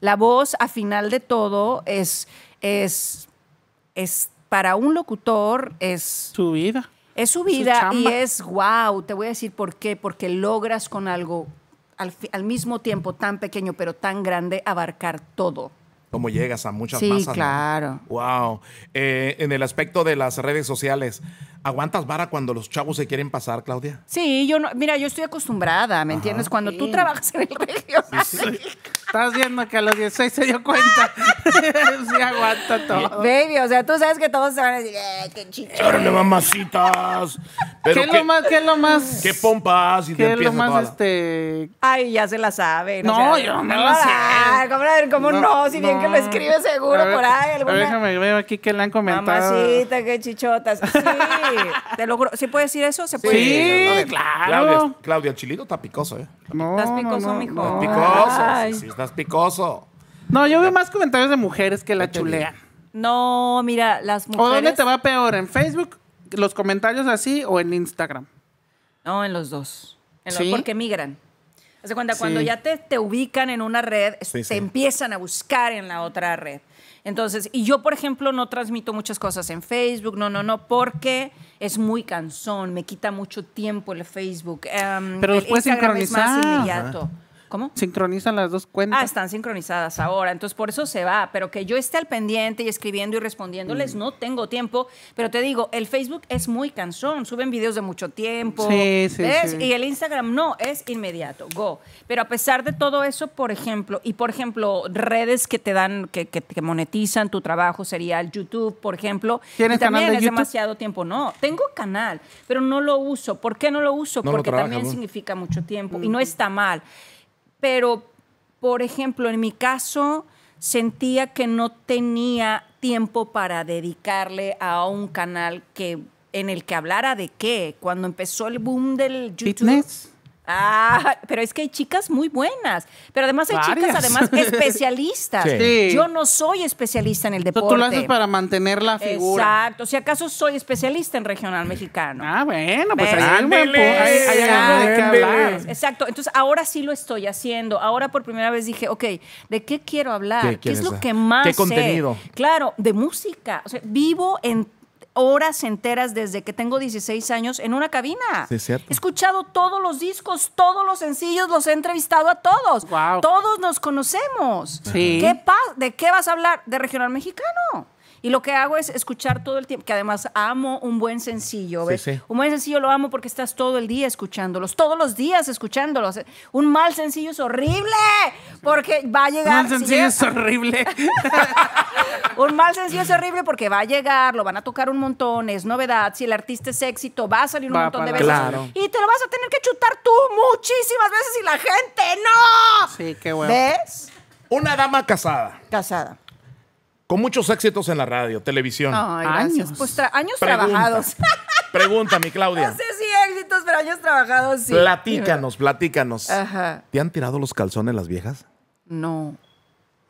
Speaker 3: La voz, a final de todo, es, es, es para un locutor es
Speaker 2: Su vida.
Speaker 3: es su vida y
Speaker 2: chamba.
Speaker 3: es wow. Te voy a decir por qué. Porque logras con algo al, fi- al mismo tiempo tan pequeño pero tan grande abarcar todo.
Speaker 1: Cómo llegas a muchas
Speaker 3: Sí,
Speaker 1: masas. ¿no?
Speaker 3: claro.
Speaker 1: Wow. Eh, en el aspecto de las redes sociales, ¿aguantas vara cuando los chavos se quieren pasar, Claudia?
Speaker 3: Sí, yo no, mira, yo estoy acostumbrada, ¿me entiendes? Cuando tú trabajas en el regional,
Speaker 2: Estás viendo que a los 16 se dio cuenta. sí, aguanta todo.
Speaker 3: baby, o sea, tú sabes que todos se van a decir, "Eh, qué chichón".
Speaker 1: ¡Órale, mamacitas!
Speaker 2: ¿Qué es lo más, qué es lo más,
Speaker 1: qué pompas! Y te
Speaker 2: qué es lo
Speaker 1: empieza toda
Speaker 2: más,
Speaker 1: la-
Speaker 2: este,
Speaker 3: Ay, ya se la saben. o
Speaker 2: No,
Speaker 3: sea,
Speaker 2: yo no me
Speaker 3: ¿cómo
Speaker 2: la sé.
Speaker 3: ah, ¿Cómo, la- cómo no, Si bien que lo escribe seguro
Speaker 2: A ver,
Speaker 3: por ahí.
Speaker 2: a ver,
Speaker 3: Alguna...
Speaker 2: déjame ver aquí que le han comentado.
Speaker 3: Mamacita, qué chichotas. Sí, te lo juro. ¿Sí puede decir eso? ¿Se
Speaker 1: Sí,
Speaker 3: puede
Speaker 2: Sí,
Speaker 1: Claudia,
Speaker 2: claro.
Speaker 1: Claudia, el chilito está picoso, ¿eh?
Speaker 2: No,
Speaker 3: Estás picoso,
Speaker 2: no, no,
Speaker 3: mijo.
Speaker 2: no.
Speaker 1: Estás picoso.
Speaker 3: Ay.
Speaker 1: Sí, sí, estás picoso.
Speaker 2: No, yo veo más comentarios de mujeres que la chulean.
Speaker 3: No, mira, las
Speaker 2: ¿O dónde
Speaker 3: mujeres.
Speaker 2: te va peor? ¿En Facebook? ¿Los comentarios así o en Instagram?
Speaker 3: No, en los dos. En los-
Speaker 2: ¿Sí?
Speaker 3: Porque migran. O sea, cuando, cuando
Speaker 2: Sí.
Speaker 3: ya te, te ubican en una red, es-
Speaker 1: Sí,
Speaker 3: te
Speaker 1: sí.
Speaker 3: empiezan a buscar en la otra red. Entonces, y yo, por ejemplo, no transmito muchas cosas en Facebook, no, no, no, porque es muy cansón, me quita mucho tiempo el Facebook. Em,
Speaker 2: Pero
Speaker 3: el
Speaker 2: los puedes
Speaker 3: Instagram es
Speaker 2: sincronizar.
Speaker 3: más inmediato. ¿Cómo?
Speaker 2: Sincronizan las dos cuentas.
Speaker 3: Ah, están sincronizadas ahora, entonces por eso se va, pero que yo esté al pendiente y escribiendo y
Speaker 2: Mm.
Speaker 3: respondiéndoles, no tengo tiempo, pero te digo, el Facebook es muy cansón, suben videos de mucho tiempo,
Speaker 2: Sí, sí,
Speaker 3: ¿ves?
Speaker 2: sí.
Speaker 3: Y el Instagram no, es inmediato, go. Pero a pesar de todo eso, por ejemplo, y por ejemplo, redes que te dan, que, que, que monetizan tu trabajo, sería el YouTube, por ejemplo,
Speaker 2: ¿Tienes
Speaker 3: y también
Speaker 2: canal de
Speaker 3: es
Speaker 2: YouTube?
Speaker 3: demasiado tiempo, no, tengo canal, pero no lo uso, ¿por qué no lo uso?
Speaker 1: No lo
Speaker 3: Porque
Speaker 1: trabajas,
Speaker 3: también
Speaker 1: ¿no?
Speaker 3: significa mucho tiempo
Speaker 2: Mm.
Speaker 3: y no está mal pero por ejemplo, en mi caso sentía que no tenía tiempo para dedicarle a un canal que en el que hablara de qué, cuando empezó el boom del YouTube.
Speaker 2: Fitness.
Speaker 3: Ah, pero es que hay chicas muy buenas, pero además hay chicas
Speaker 2: Varias.
Speaker 3: además especialistas.
Speaker 1: Sí.
Speaker 2: Sí.
Speaker 3: Yo no soy especialista en el
Speaker 2: Tú-
Speaker 3: deporte.
Speaker 2: Tú lo haces para mantener la figura.
Speaker 3: Exacto, si acaso soy especialista en regional mexicano.
Speaker 2: Ah, bueno, pues
Speaker 3: Ves.
Speaker 2: ahí hay, un buen pu-
Speaker 1: Ándele,
Speaker 2: ahí- ahí hay algo de qué
Speaker 1: ándele.
Speaker 2: hablar.
Speaker 1: Claro.
Speaker 3: Exacto. Entonces, ahora sí lo estoy haciendo. Ahora por primera vez dije, ok, ¿de qué quiero hablar?
Speaker 1: ¿Qué
Speaker 3: ¿Qué, es
Speaker 1: quieres
Speaker 3: lo
Speaker 1: dar?
Speaker 3: que más
Speaker 1: ¿Qué
Speaker 3: sé?
Speaker 1: contenido?
Speaker 3: Claro, de música. O sea, vivo en horas enteras desde que tengo 16 años en una cabina.
Speaker 1: Sí, es cierto.
Speaker 3: He escuchado todos los discos, todos los sencillos, los he entrevistado a todos.
Speaker 2: Guau.
Speaker 3: Todos nos conocemos.
Speaker 2: Sí.
Speaker 3: ¿Qué pa- ¿De qué vas a hablar? De regional mexicano. Y lo que hago es escuchar todo el tiempo, que además amo un buen sencillo,
Speaker 1: Sí,
Speaker 3: ¿ves?
Speaker 1: sí.
Speaker 3: Un buen sencillo lo amo porque estás todo el día escuchándolos, todos los días escuchándolos. Un mal sencillo es horrible porque va a llegar.
Speaker 2: Un
Speaker 3: si
Speaker 2: sencillo
Speaker 3: llega-
Speaker 2: es horrible.
Speaker 3: un mal sencillo es horrible porque va a llegar, lo van a tocar un montón, es novedad. Si el artista es éxito, va a salir un
Speaker 2: Va
Speaker 3: montón de
Speaker 2: para
Speaker 3: veces.
Speaker 1: la- Claro.
Speaker 3: Y te lo vas a tener que chutar tú muchísimas veces y la gente no.
Speaker 2: Sí, qué bueno.
Speaker 3: ¿Ves?
Speaker 1: Una dama casada,
Speaker 3: Casada.
Speaker 1: con muchos éxitos en la radio, televisión.
Speaker 3: Ay,
Speaker 2: Años. Ah,
Speaker 3: gracias. Pues tra- años
Speaker 1: Pregunta.
Speaker 3: trabajados.
Speaker 1: Pregunta, mi Claudia.
Speaker 3: no sé si éxitos, pero años trabajados sí.
Speaker 1: Platícanos, platícanos.
Speaker 3: Ajá.
Speaker 1: ¿Te han tirado los calzones las viejas?
Speaker 3: No.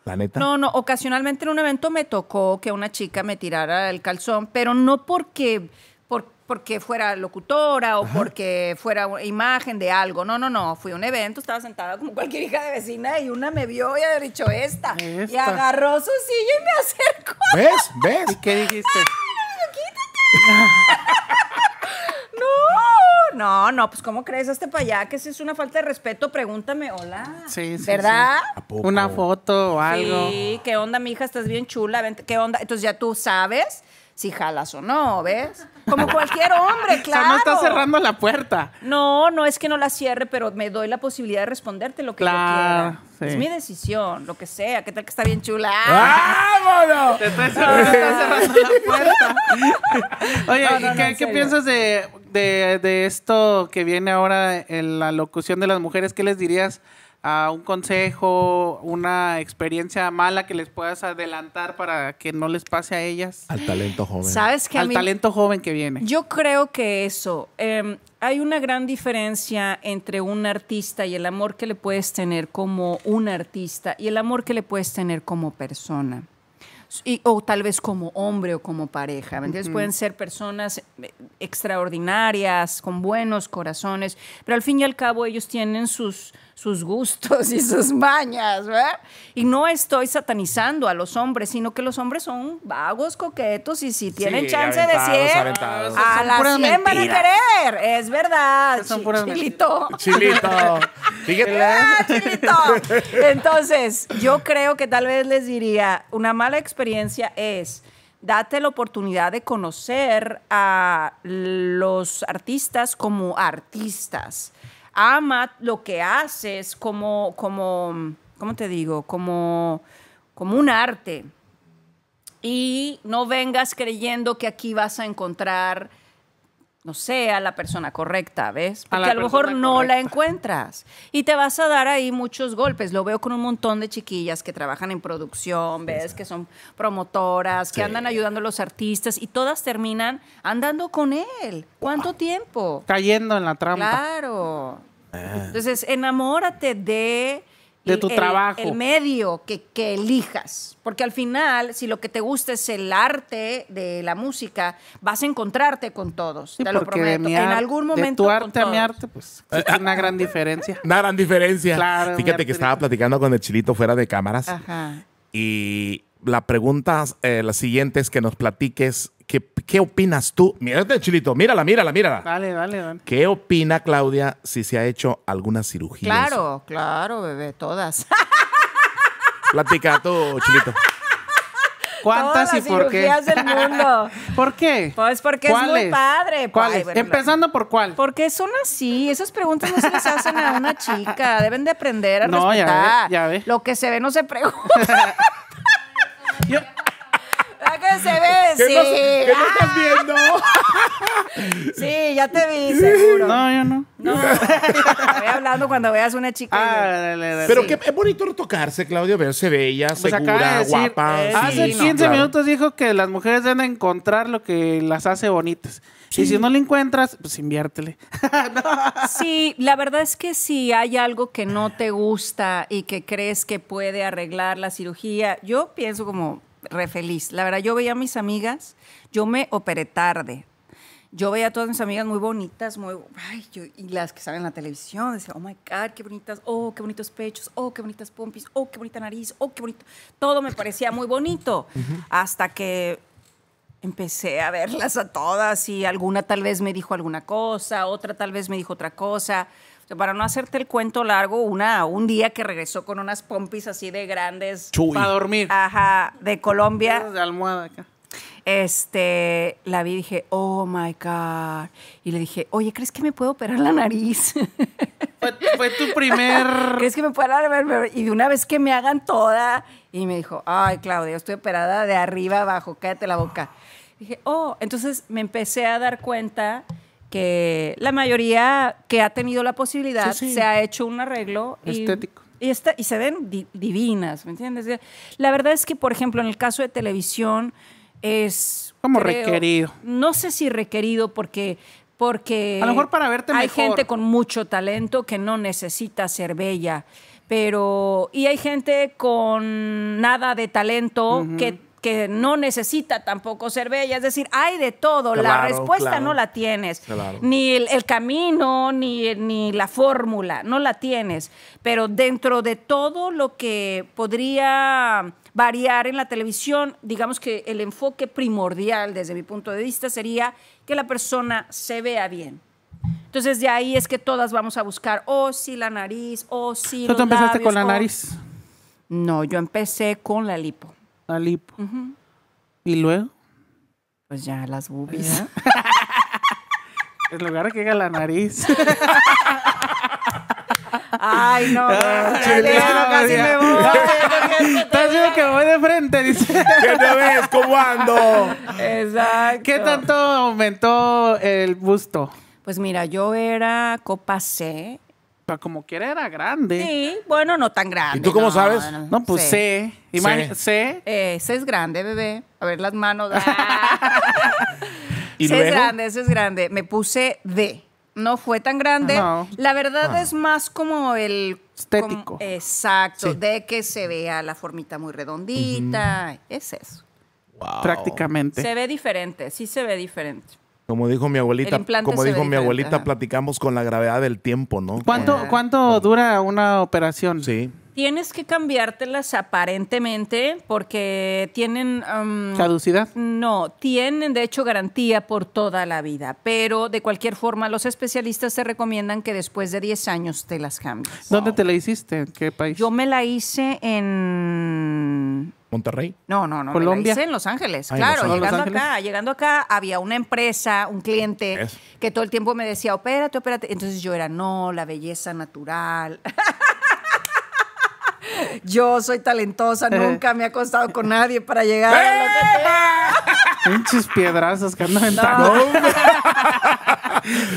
Speaker 1: La neta.
Speaker 3: No, no, ocasionalmente en un evento me tocó que una chica me tirara el calzón, pero no porque, por- porque fuera locutora o porque fuera u- imagen de algo. No, no, no. Fui a un evento, estaba sentada como cualquier hija de vecina y una me vio y había dicho esta. Y
Speaker 2: Esta.
Speaker 3: agarró su silla y me acercó.
Speaker 1: ¿Ves? ¿Ves?
Speaker 2: ¿Qué dijiste?
Speaker 3: No, no, no, pues ¿cómo crees? Hazte para allá, que si es una falta de respeto, pregúntame, hola.
Speaker 2: Sí, sí,
Speaker 3: ¿Verdad?
Speaker 1: ¿A poco?
Speaker 2: Una foto o algo.
Speaker 3: Sí, ¿qué onda, mija? Estás bien chula, vente, ¿qué onda? Entonces ya tú sabes si jalas o no, ¿ves? Como cualquier hombre,
Speaker 2: O sea,
Speaker 3: claro.
Speaker 2: no está cerrando la puerta.
Speaker 3: No, no es que no la cierre, pero me doy la posibilidad de responderte lo que
Speaker 2: Claro,
Speaker 3: yo quiera.
Speaker 2: sí. Ah,
Speaker 3: Es mi decisión, lo que sea. ¿Qué tal que está bien chula?
Speaker 1: ¡Vámonos!
Speaker 2: Está cerrando, está cerrando la puerta. Oye,
Speaker 3: No, no,
Speaker 2: ¿y
Speaker 3: no,
Speaker 2: qué,
Speaker 3: en
Speaker 2: qué
Speaker 3: serio.
Speaker 2: piensas de, de- de esto que viene ahora en la locución de las mujeres? ¿Qué les dirías a un consejo, una experiencia mala que les puedas adelantar para que no les pase a ellas?
Speaker 1: Al talento joven.
Speaker 3: ¿Sabes qué? a
Speaker 2: Al
Speaker 3: mí-
Speaker 2: talento joven que viene.
Speaker 3: Yo creo que eso. eh, hay una gran diferencia entre un artista y el amor que le puedes tener como un artista y el amor que le puedes tener como persona. Y- o tal vez como hombre o como pareja. ¿me entiendes? Pueden ser personas eh, extraordinarias, con buenos corazones, pero al fin y al cabo ellos tienen sus sus gustos y sus mañas, ¿verdad? Y no estoy satanizando a los hombres, sino que los hombres son vagos, coquetos y si tienen
Speaker 4: Sí,
Speaker 3: chance
Speaker 4: aventados,
Speaker 3: de 100,
Speaker 4: aventados.
Speaker 3: a
Speaker 2: Son
Speaker 3: las
Speaker 2: puras
Speaker 3: 100 van a
Speaker 2: mentiras.
Speaker 3: querer. Es verdad.
Speaker 2: Son
Speaker 3: Chi-
Speaker 2: puras
Speaker 3: Chilito.
Speaker 1: Chilito. Fíjate.
Speaker 3: Ah, chilito. Entonces, yo creo que tal vez les diría, una mala experiencia es date la oportunidad de conocer a los artistas como artistas. Ama lo que haces como, como, ¿cómo te digo? Como, como un arte. Y no vengas creyendo que aquí vas a encontrar, no sé, a la persona correcta, ¿ves?
Speaker 2: A
Speaker 3: Porque
Speaker 2: la
Speaker 3: a, lo mejor
Speaker 2: persona
Speaker 3: no la
Speaker 2: correcta.
Speaker 3: encuentras. Y te vas a dar ahí muchos golpes. Lo veo con un montón de chiquillas que trabajan en producción, ¿ves? Que son promotoras, que andan ayudando a los artistas y todas terminan andando con él. ¿Cuánto tiempo?
Speaker 2: Cayendo en la trampa. Ah.
Speaker 3: Claro. Entonces, enamórate de...
Speaker 2: De tu trabajo.
Speaker 3: El medio que, que elijas. Porque al final, si lo que te gusta es el arte de la música, vas a encontrarte con todos.
Speaker 2: Sí,
Speaker 3: te lo
Speaker 2: porque de
Speaker 3: prometo.
Speaker 2: mi
Speaker 3: En
Speaker 2: ar-
Speaker 3: algún
Speaker 2: de
Speaker 3: momento.
Speaker 2: tu
Speaker 3: con
Speaker 2: arte a mi
Speaker 3: todos.
Speaker 2: arte, pues sí, es una gran diferencia.
Speaker 1: Una gran diferencia.
Speaker 2: Claro,
Speaker 1: Fíjate
Speaker 2: una
Speaker 1: que
Speaker 2: gran
Speaker 1: estaba platicando con el Chilito fuera de cámaras
Speaker 3: Ajá.
Speaker 1: y la pregunta eh, la siguiente es que nos platiques qué, qué opinas tú. Mírate, Chilito, mírala, mírala, mírala.
Speaker 2: Dale, dale, dale.
Speaker 1: ¿Qué opina Claudia si se ha hecho alguna cirugía?
Speaker 3: Claro, claro, bebé, todas.
Speaker 1: Platica tú, Chilito.
Speaker 2: ¿Cuántas
Speaker 3: Todas
Speaker 2: y
Speaker 3: las
Speaker 2: por qué?
Speaker 3: cirugías del mundo.
Speaker 2: ¿Por qué?
Speaker 3: Pues porque es muy
Speaker 2: ¿Cuáles?
Speaker 3: padre,
Speaker 2: ¿Cuáles?
Speaker 3: pues, bueno,
Speaker 2: Empezando por cuál.
Speaker 3: ¿Por qué son así? Esas preguntas no se les hacen a una chica. Deben de aprender a
Speaker 2: No, ya ve,
Speaker 3: respetar.
Speaker 2: ya ve.
Speaker 3: Lo que se ve no se pregunta.
Speaker 2: Yo-
Speaker 3: Lo que se ve,
Speaker 1: ¿Qué
Speaker 3: sí. Ah,
Speaker 1: nos- qué nos estás viendo?
Speaker 3: Sí, ya te vi, seguro. No,
Speaker 2: No, yo no.
Speaker 3: voy hablando cuando veas una chica.
Speaker 2: Ah,
Speaker 3: y-
Speaker 2: dale, dale.
Speaker 1: Pero
Speaker 3: Sí.
Speaker 1: que es bonito retocarse, Claudia, verse bella,
Speaker 2: Pues acaba
Speaker 1: segura,
Speaker 2: de decir,
Speaker 1: guapa.
Speaker 3: eh,
Speaker 2: Hace
Speaker 3: Sí, no,
Speaker 2: 15
Speaker 1: claro.
Speaker 2: minutos dijo que las mujeres deben encontrar lo que las hace bonitas. Y si no le encuentras, pues inviértele.
Speaker 3: Sí, la verdad es que si hay algo que no te gusta y que crees que puede arreglar la cirugía, yo pienso como re feliz. La verdad, yo veía a mis amigas, yo me operé tarde. Yo veía a todas mis amigas muy bonitas, muy, ay, yo- y las que salen en la televisión, decía, oh my God, qué bonitas, oh, qué bonitos pechos, oh, qué bonitas pompis, oh, qué bonita nariz, oh, qué bonito. Todo me parecía muy bonito hasta que empecé a verlas a todas y alguna tal vez me dijo alguna cosa, otra tal vez me dijo otra cosa. O sea, para no hacerte el cuento largo, una, un día que regresó con unas pompis así de grandes,
Speaker 1: Chuy.
Speaker 2: Para dormir.
Speaker 3: Ah, ajá, de Colombia,
Speaker 2: De almohada acá.
Speaker 3: este, la vi y dije, oh my God. Y le dije, oye, ¿crees que me puedo operar la nariz?
Speaker 2: Fue, fue tu primer.
Speaker 3: ¿Crees que me pueda dar? Y de una vez que me hagan toda, y me dijo, ay, Claudia, estoy operada de arriba abajo, cállate la boca. Dije, oh, entonces me empecé a dar cuenta que la mayoría que ha tenido la posibilidad
Speaker 2: Sí, sí.
Speaker 3: se ha hecho un arreglo. y-
Speaker 2: Estético.
Speaker 3: Y, esta- y se ven di- divinas, ¿me entiendes? La verdad es que, por ejemplo, en el caso de televisión es...
Speaker 2: Como requerido.
Speaker 3: No sé si requerido porque... Porque
Speaker 2: A lo mejor para verte
Speaker 3: hay
Speaker 2: mejor.
Speaker 3: gente con mucho talento que no necesita ser bella, pero y hay gente con nada de talento que, que no necesita tampoco ser bella, es decir, hay de todo, la
Speaker 1: Claro,
Speaker 3: respuesta
Speaker 1: claro.
Speaker 3: no la tienes,
Speaker 1: Claro.
Speaker 3: ni el, el camino, ni, ni la fórmula, no la tienes, pero dentro de todo lo que podría variar en la televisión, digamos que el enfoque primordial desde mi punto de vista sería que la persona se vea bien. Entonces de ahí es que todas vamos a buscar, oh sí, la nariz, oh sí.
Speaker 2: Tú
Speaker 3: los
Speaker 2: te empezaste
Speaker 3: labios,
Speaker 2: con la
Speaker 3: oh.
Speaker 2: nariz,
Speaker 3: No, yo empecé con la lipo.
Speaker 2: la lipo. Y luego,
Speaker 3: Pues ya las boobies.
Speaker 2: en lugar de que haga la nariz.
Speaker 3: Ay, no.
Speaker 2: Ah,
Speaker 3: no,
Speaker 2: Chile,
Speaker 3: casi me voy.
Speaker 2: Estás viendo que voy de frente, dice.
Speaker 1: ¿Qué te ves? ¿Cómo ando?
Speaker 3: Exacto.
Speaker 2: ¿Qué tanto aumentó el busto?
Speaker 3: Pues mira, yo era copa C.
Speaker 2: Pero como quiera era grande.
Speaker 3: Sí, bueno, no tan grande.
Speaker 1: ¿Y tú cómo sabes?
Speaker 2: No, pues
Speaker 3: C.
Speaker 2: C. Imagi- C.
Speaker 3: Eh, C es grande, bebé. A ver las manos. Ah.
Speaker 1: ¿Y
Speaker 3: ese
Speaker 1: luego?
Speaker 3: es grande, ese es grande. Me puse D. No fue tan grande.
Speaker 2: No.
Speaker 3: La verdad
Speaker 1: Ah.
Speaker 3: es más como el...
Speaker 2: Estético.
Speaker 3: como- exacto,
Speaker 1: Sí.
Speaker 3: de que se vea la formita muy redondita. Es eso.
Speaker 1: Wow.
Speaker 2: Prácticamente.
Speaker 3: Se ve diferente, sí se ve diferente.
Speaker 1: Como dijo mi
Speaker 3: El
Speaker 1: abuelita,
Speaker 3: implante
Speaker 1: como
Speaker 3: se
Speaker 1: dijo
Speaker 3: ve
Speaker 1: mi
Speaker 3: diferente,
Speaker 1: abuelita,
Speaker 3: ajá.
Speaker 1: platicamos con la gravedad del tiempo, ¿no?
Speaker 2: ¿Cuánto,
Speaker 3: Ah.
Speaker 2: ¿Cuánto dura una operación?
Speaker 1: Sí.
Speaker 3: Tienes que cambiártelas aparentemente porque tienen... um,
Speaker 2: ¿Caducidad?
Speaker 3: No, tienen de hecho garantía por toda la vida, pero de cualquier forma los especialistas te recomiendan que después de 10 años te las cambies.
Speaker 2: ¿Dónde te la hiciste? ¿En qué país?
Speaker 3: Yo me la hice en...
Speaker 1: Monterrey.
Speaker 3: No, no, no. Me la
Speaker 2: Colombia.
Speaker 3: hice en Los Ángeles.
Speaker 1: Ah, en
Speaker 3: claro,
Speaker 1: Los Ángeles.
Speaker 3: llegando
Speaker 2: Ah, Los
Speaker 3: acá, llegando acá había una empresa, un cliente
Speaker 1: Eso.
Speaker 3: que todo el tiempo me decía, opérate, opérate. Entonces yo era, no, la belleza natural. yo soy talentosa,
Speaker 1: Eh.
Speaker 3: nunca me he acostado con nadie para llegar a lo que tengo".
Speaker 2: Pinches piedrazos que andan
Speaker 3: No.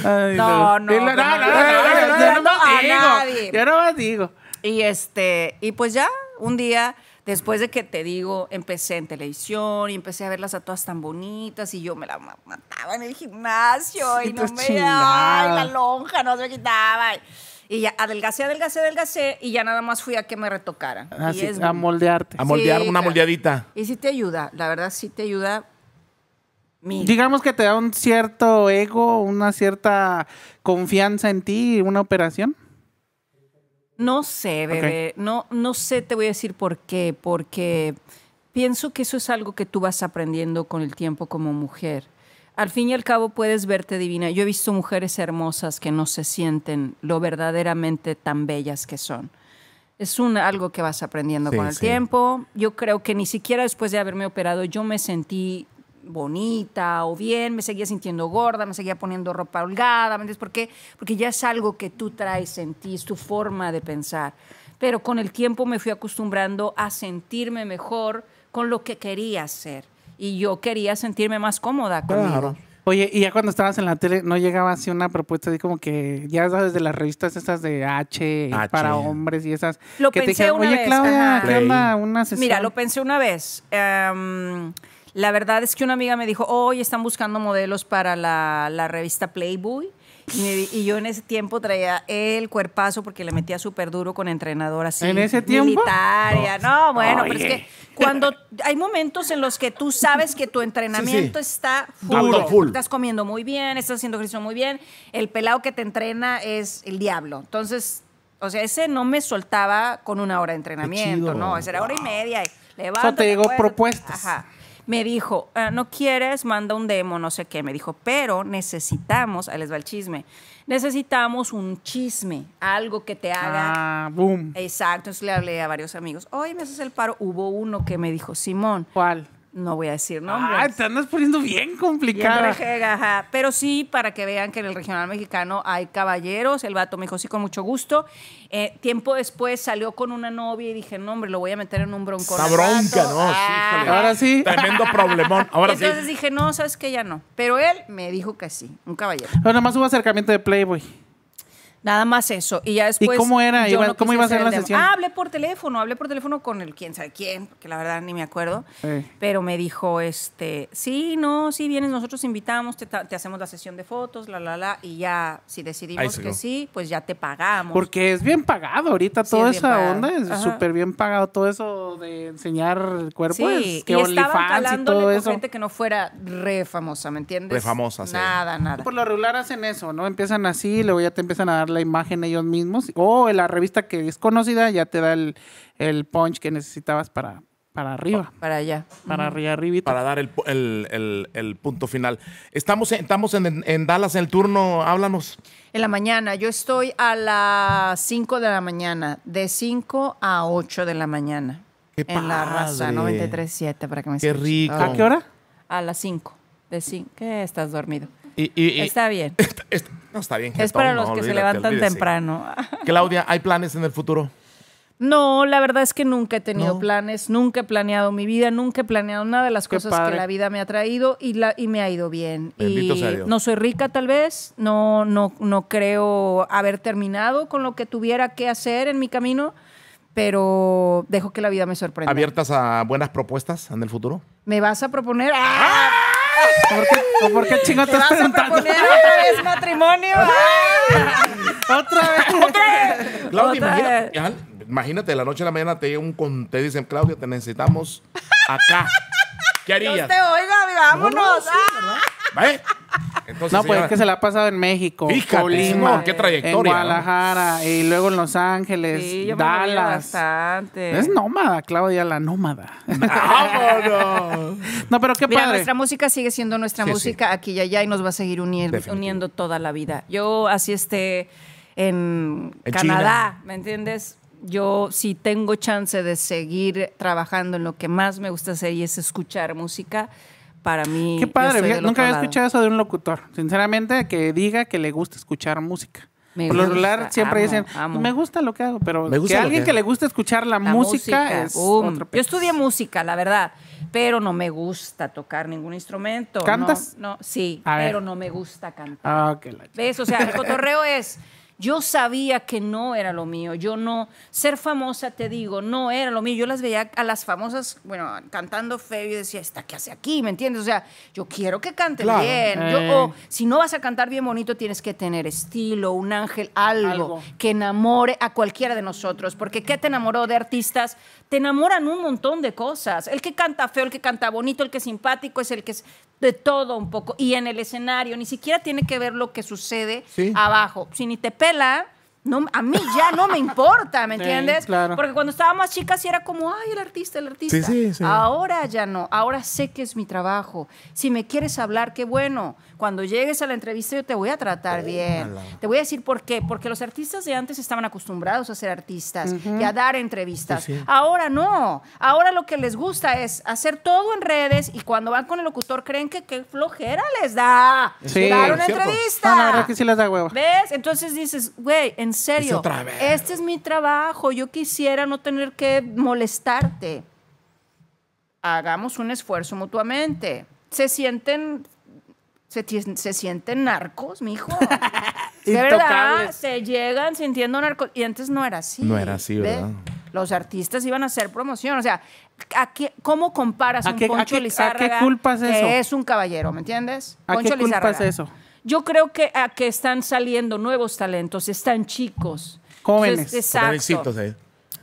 Speaker 2: Ay,
Speaker 3: No, no,
Speaker 2: Dile- no,
Speaker 3: no,
Speaker 2: no,
Speaker 3: no, no, no,
Speaker 2: no,
Speaker 3: no,
Speaker 2: Yo no más
Speaker 3: a nadie.
Speaker 2: digo. Yo no más digo.
Speaker 3: Y este, y pues ya, un día, después de que te digo, empecé en televisión y empecé a verlas a todas tan bonitas y yo me la ma- mataba en el gimnasio
Speaker 2: Sí,
Speaker 3: y no
Speaker 2: pues,
Speaker 3: me
Speaker 2: chingada.
Speaker 3: ay, la lonja no se me quitaba. Y, y ya adelgacé, adelgacé, adelgacé y ya nada más fui a que me retocaran. y
Speaker 2: Así,
Speaker 3: es-
Speaker 2: a moldearte.
Speaker 1: A moldear,
Speaker 3: Sí,
Speaker 1: una
Speaker 3: claro.
Speaker 1: moldeadita.
Speaker 3: y sí te ayuda, la verdad sí te ayuda. Mil.
Speaker 2: Digamos que te da un cierto ego, una cierta confianza en ti, una operación.
Speaker 3: No sé, bebé. No, no sé, te voy a decir por qué. Porque pienso que eso es algo que tú vas aprendiendo con el tiempo como mujer. Al fin y al cabo puedes verte divina. Yo he visto mujeres hermosas que no se sienten lo verdaderamente tan bellas que son. Es un, algo que vas aprendiendo
Speaker 1: Sí,
Speaker 3: con el
Speaker 1: sí.
Speaker 3: tiempo. Yo creo que ni siquiera después de haberme operado yo me sentí bonita o bien, me seguía sintiendo gorda, me seguía poniendo ropa holgada, ¿me entiendes? ¿Por qué? Porque ya es algo que tú traes en ti, es tu forma de pensar. Pero con el tiempo me fui acostumbrando a sentirme mejor con lo que quería hacer. Y yo quería sentirme más cómoda conmigo.
Speaker 1: Claro.
Speaker 2: Oye, y ya cuando estabas en la tele, ¿no llegaba así una propuesta así como que, ya sabes, de las revistas estas de H,
Speaker 1: H.
Speaker 2: para hombres y esas?
Speaker 3: Lo
Speaker 2: que te
Speaker 3: pensé
Speaker 2: dijeran,
Speaker 3: una
Speaker 2: Oye,
Speaker 3: vez,
Speaker 2: Claudia,
Speaker 3: ajá.
Speaker 2: ¿qué
Speaker 1: Play.
Speaker 2: onda? Una sesión.
Speaker 3: Mira, lo pensé una vez. Em, la verdad es que una amiga me dijo, hoy están buscando modelos para la, la revista Playboy. Y, me di- y yo en ese tiempo traía el cuerpazo porque le metía súper duro con entrenadora así.
Speaker 2: ¿En ese tiempo?
Speaker 3: Militaria. No, bueno, pero es
Speaker 2: Oye.
Speaker 3: que cuando hay momentos en los que tú sabes que tu entrenamiento está full,
Speaker 1: Duro. Full.
Speaker 3: Estás comiendo muy bien, estás haciendo ejercicio muy bien. El pelado que te entrena es el diablo. Entonces, o sea, ese no me soltaba con una hora de entrenamiento,
Speaker 1: chido.
Speaker 3: no, esa era hora y media. y le
Speaker 2: sea, te llegó
Speaker 3: acuérdate.
Speaker 2: propuestas.
Speaker 3: Ajá. Me dijo, "Ah, no quieres, manda un demo, no sé qué. Me dijo, pero necesitamos, ahí les va el chisme, necesitamos un chisme, algo que te haga.
Speaker 2: Ah, boom.
Speaker 3: Exacto, entonces le hablé a varios amigos, oye, me haces el paro. Hubo uno que me dijo, Simón,
Speaker 2: ¿Cuál?
Speaker 3: no voy a decir nombres.
Speaker 2: Ay, te andas poniendo bien
Speaker 3: Bien
Speaker 2: complicada.
Speaker 3: rejega, ajá. Pero sí, para que vean que en el regional mexicano hay caballeros. El vato me dijo, sí, con mucho gusto. Eh, tiempo después salió con una novia y dije, no, hombre, lo voy a meter en un broncón.
Speaker 1: Una
Speaker 3: al
Speaker 1: bronca,
Speaker 3: vato".
Speaker 1: ¿no? Sí,
Speaker 3: Ah.
Speaker 1: híjole.
Speaker 2: Ahora sí.
Speaker 1: Tremendo problemón. Ahora sí.
Speaker 3: Entonces dije, no, sabes que ya no. Pero él me dijo que sí, un caballero.
Speaker 2: Pero nomás hubo acercamiento de Playboy.
Speaker 3: Nada más eso. Y ya después.
Speaker 2: cómo era?
Speaker 3: yo
Speaker 2: Iba-
Speaker 3: no
Speaker 2: cómo
Speaker 3: quise
Speaker 2: iba a ser
Speaker 3: hacer
Speaker 2: la
Speaker 3: el demo.
Speaker 2: sesión?
Speaker 3: Ah, hablé por teléfono, hablé por teléfono con el quién sabe quién, porque la verdad ni me acuerdo.
Speaker 2: Sí.
Speaker 3: Pero me dijo, este, sí, no, sí vienes, nosotros invitamos, te, ta- te hacemos la sesión de fotos, la, la, la, y ya, si
Speaker 1: Ahí
Speaker 3: decidimos
Speaker 1: se
Speaker 3: que
Speaker 1: quedó.
Speaker 3: sí, pues ya te pagamos.
Speaker 2: Porque es bien pagado ahorita
Speaker 3: Sí,
Speaker 2: toda
Speaker 3: es bien
Speaker 2: esa
Speaker 3: pagado.
Speaker 2: onda, es
Speaker 3: Ajá.
Speaker 2: súper bien pagado todo eso de enseñar el
Speaker 3: Sí,
Speaker 2: cuerpo, es pues, que
Speaker 3: y estaban
Speaker 2: OnlyFans y
Speaker 3: calándole
Speaker 2: todo
Speaker 3: con
Speaker 2: eso.
Speaker 3: gente que no fuera re famosa, ¿me entiendes?
Speaker 1: Re famosa, sí.
Speaker 3: Nada, nada.
Speaker 2: Por lo regular hacen eso, ¿no? Empiezan así, luego ya te empiezan a dar la imagen ellos mismos, o en la revista que es conocida ya te da el, el punch que necesitabas para, para arriba,
Speaker 3: Para allá.
Speaker 2: para arriba, arribita.
Speaker 1: Para dar el, pu- el- el- el punto final. Estamos, en, estamos en, en Dallas en el turno. Háblanos.
Speaker 3: En la mañana, yo estoy a las 5 de la mañana, de 5 a 8 de la mañana.
Speaker 1: ¡Qué
Speaker 3: en la raza
Speaker 1: padre!
Speaker 3: 937 para que me
Speaker 1: Qué
Speaker 3: escuchen.
Speaker 1: rico.
Speaker 2: ¿A qué hora?
Speaker 3: A las 5. De 5. ¿Qué estás dormido?
Speaker 1: Y- y- y-
Speaker 3: Está bien.
Speaker 1: Está- está- no está bien.
Speaker 3: Es
Speaker 1: jetón,
Speaker 3: para
Speaker 1: no,
Speaker 3: los que se
Speaker 1: olvídate,
Speaker 3: levantan
Speaker 1: olvídese.
Speaker 3: temprano.
Speaker 1: Claudia, ¿hay planes en el futuro?
Speaker 3: No, la verdad es que nunca he tenido
Speaker 1: No.
Speaker 3: planes, nunca he planeado mi vida, nunca he planeado nada de las
Speaker 2: Qué
Speaker 3: cosas que
Speaker 2: padre.
Speaker 3: la vida me ha traído y, la, y me ha ido bien.
Speaker 1: Bendito
Speaker 3: y
Speaker 1: sea Dios.
Speaker 3: no soy rica tal vez, no, no, no creo haber terminado con lo que tuviera que hacer en mi camino, pero dejo que la vida me sorprenda.
Speaker 1: ¿Abiertas a buenas propuestas en el futuro?
Speaker 3: ¿Me vas a proponer? ¡Ah!
Speaker 2: ¿Por qué, o por qué chingo
Speaker 3: ¿Me
Speaker 2: estás
Speaker 3: vas a
Speaker 2: preguntando?
Speaker 3: proponer otra vez matrimonio? ¡Ah!
Speaker 2: Otra vez.
Speaker 1: Claudia,
Speaker 3: Otra
Speaker 1: imagina-
Speaker 3: vez.
Speaker 1: ya, imagínate, de la noche a la mañana te, llega un con, te dicen, Claudia, te necesitamos acá. ¿Qué
Speaker 3: Dios
Speaker 1: harías?
Speaker 3: te oiga, vámonos.
Speaker 1: No, no, sí,
Speaker 3: ¡Ah!
Speaker 1: ¿verdad? ¿Eh? Entonces,
Speaker 2: No, pues
Speaker 1: señora,
Speaker 2: es que se la ha pasado en México,
Speaker 1: Fíjate,
Speaker 2: Colima,
Speaker 1: no, qué trayectoria,
Speaker 2: en
Speaker 1: ¿no?
Speaker 2: Guadalajara y luego en Los Ángeles,
Speaker 4: Sí, yo me moví
Speaker 2: Dallas.
Speaker 4: bastante.
Speaker 2: Es nómada, Claudia, la nómada.
Speaker 1: ¡Vámonos!
Speaker 2: No, pero qué
Speaker 3: Mira,
Speaker 2: padre.
Speaker 3: nuestra música sigue siendo nuestra
Speaker 1: Sí, sí.
Speaker 3: música aquí y allá y nos va a seguir unir-
Speaker 1: Definitivo.
Speaker 3: uniendo toda la vida. Yo así esté en,
Speaker 1: En
Speaker 3: Canadá, ¿me entiendes? Yo sí tengo chance de seguir trabajando en lo que más me gusta hacer y es escuchar música. Para mí,
Speaker 2: Qué
Speaker 3: yo
Speaker 2: padre,
Speaker 3: estoy
Speaker 2: fíjate,
Speaker 3: del
Speaker 2: nunca
Speaker 3: otro
Speaker 2: había
Speaker 3: lado.
Speaker 2: escuchado eso de un locutor. Sinceramente, que diga que le gusta escuchar música.
Speaker 3: Me
Speaker 2: Por lo
Speaker 3: gusta,
Speaker 2: regular siempre
Speaker 3: amo,
Speaker 2: dicen,
Speaker 3: amo.
Speaker 2: me gusta lo que hago, pero
Speaker 1: Me gusta
Speaker 2: que
Speaker 1: lo
Speaker 2: alguien
Speaker 1: que
Speaker 2: que
Speaker 1: hago.
Speaker 2: le gusta escuchar la,
Speaker 3: La
Speaker 2: música, es
Speaker 3: boom.
Speaker 2: otro
Speaker 3: Yo
Speaker 2: pez.
Speaker 3: estudié música, la verdad, pero no me gusta tocar ningún instrumento.
Speaker 2: ¿Cantas?
Speaker 3: No, no, sí,
Speaker 2: A ver.
Speaker 3: pero no me gusta cantar.
Speaker 2: Ah, que la-
Speaker 3: ¿Ves? O sea, el cotorreo es. Yo sabía que no era lo mío. Yo no. Ser famosa, te digo, no era lo mío. Yo las veía a las famosas, bueno, cantando feo y decía, ¿esta qué hace aquí? ¿Me entiendes? O sea, yo quiero que canten
Speaker 1: Claro.
Speaker 3: bien. Yo-
Speaker 2: Eh.
Speaker 3: o si no vas a cantar bien bonito, tienes que tener estilo, un ángel, algo,
Speaker 2: Algo.
Speaker 3: que enamore a cualquiera de nosotros. Porque ¿qué te enamoró de artistas? Te enamoran un montón de cosas. El que canta feo, el que canta bonito, el que es simpático, es el que es de todo un poco. Y en el escenario, ni siquiera tiene que ver lo que sucede
Speaker 1: Sí.
Speaker 3: abajo. Si ni te pela, no, a mí ya no me importa, ¿me
Speaker 2: Sí,
Speaker 3: entiendes?
Speaker 2: claro.
Speaker 3: Porque cuando estaba más chica sí era como, ay, el artista, el artista.
Speaker 1: sí, sí.
Speaker 3: Ahora ya no, ahora sé que es mi trabajo. Si me quieres hablar, qué bueno. Cuando llegues a la entrevista yo te voy a tratar bien. Te voy a decir por qué. Porque los artistas de antes estaban acostumbrados a ser artistas y a dar entrevistas. Ahora no. Ahora lo que les gusta es hacer todo en redes y cuando van con el locutor creen que qué flojera les da.
Speaker 2: Sí.
Speaker 3: dar una
Speaker 1: Es cierto.
Speaker 2: Ah,
Speaker 3: entrevista.
Speaker 2: No, la verdad que sí les da hueva.
Speaker 3: ¿Ves? Entonces dices, güey, en serio,
Speaker 1: otra vez.
Speaker 3: este es mi trabajo, yo quisiera no tener que molestarte. Hagamos un esfuerzo mutuamente. Se sienten se, ti- se sienten narcos, mijo. De verdad,
Speaker 2: Intocables.
Speaker 3: se llegan sintiendo narcos. Y antes no era así.
Speaker 1: No era así,
Speaker 3: ¿ve?
Speaker 1: ¿verdad?
Speaker 3: Los artistas iban a hacer promoción. O sea, ¿a qué- ¿cómo comparas a,
Speaker 2: ¿A
Speaker 3: un
Speaker 2: qué- a
Speaker 3: Poncho
Speaker 2: qué- a
Speaker 3: Lizárraga
Speaker 2: qué culpas
Speaker 3: que
Speaker 2: eso?
Speaker 3: es un caballero, ¿me entiendes?
Speaker 2: ¿A qué
Speaker 3: Poncho
Speaker 2: culpas
Speaker 3: Lizárraga.
Speaker 2: eso?
Speaker 3: Yo creo que a que están saliendo nuevos talentos, están chicos.
Speaker 2: Jóvenes.
Speaker 3: Entonces, Exacto.
Speaker 1: Pobrecitos, eh.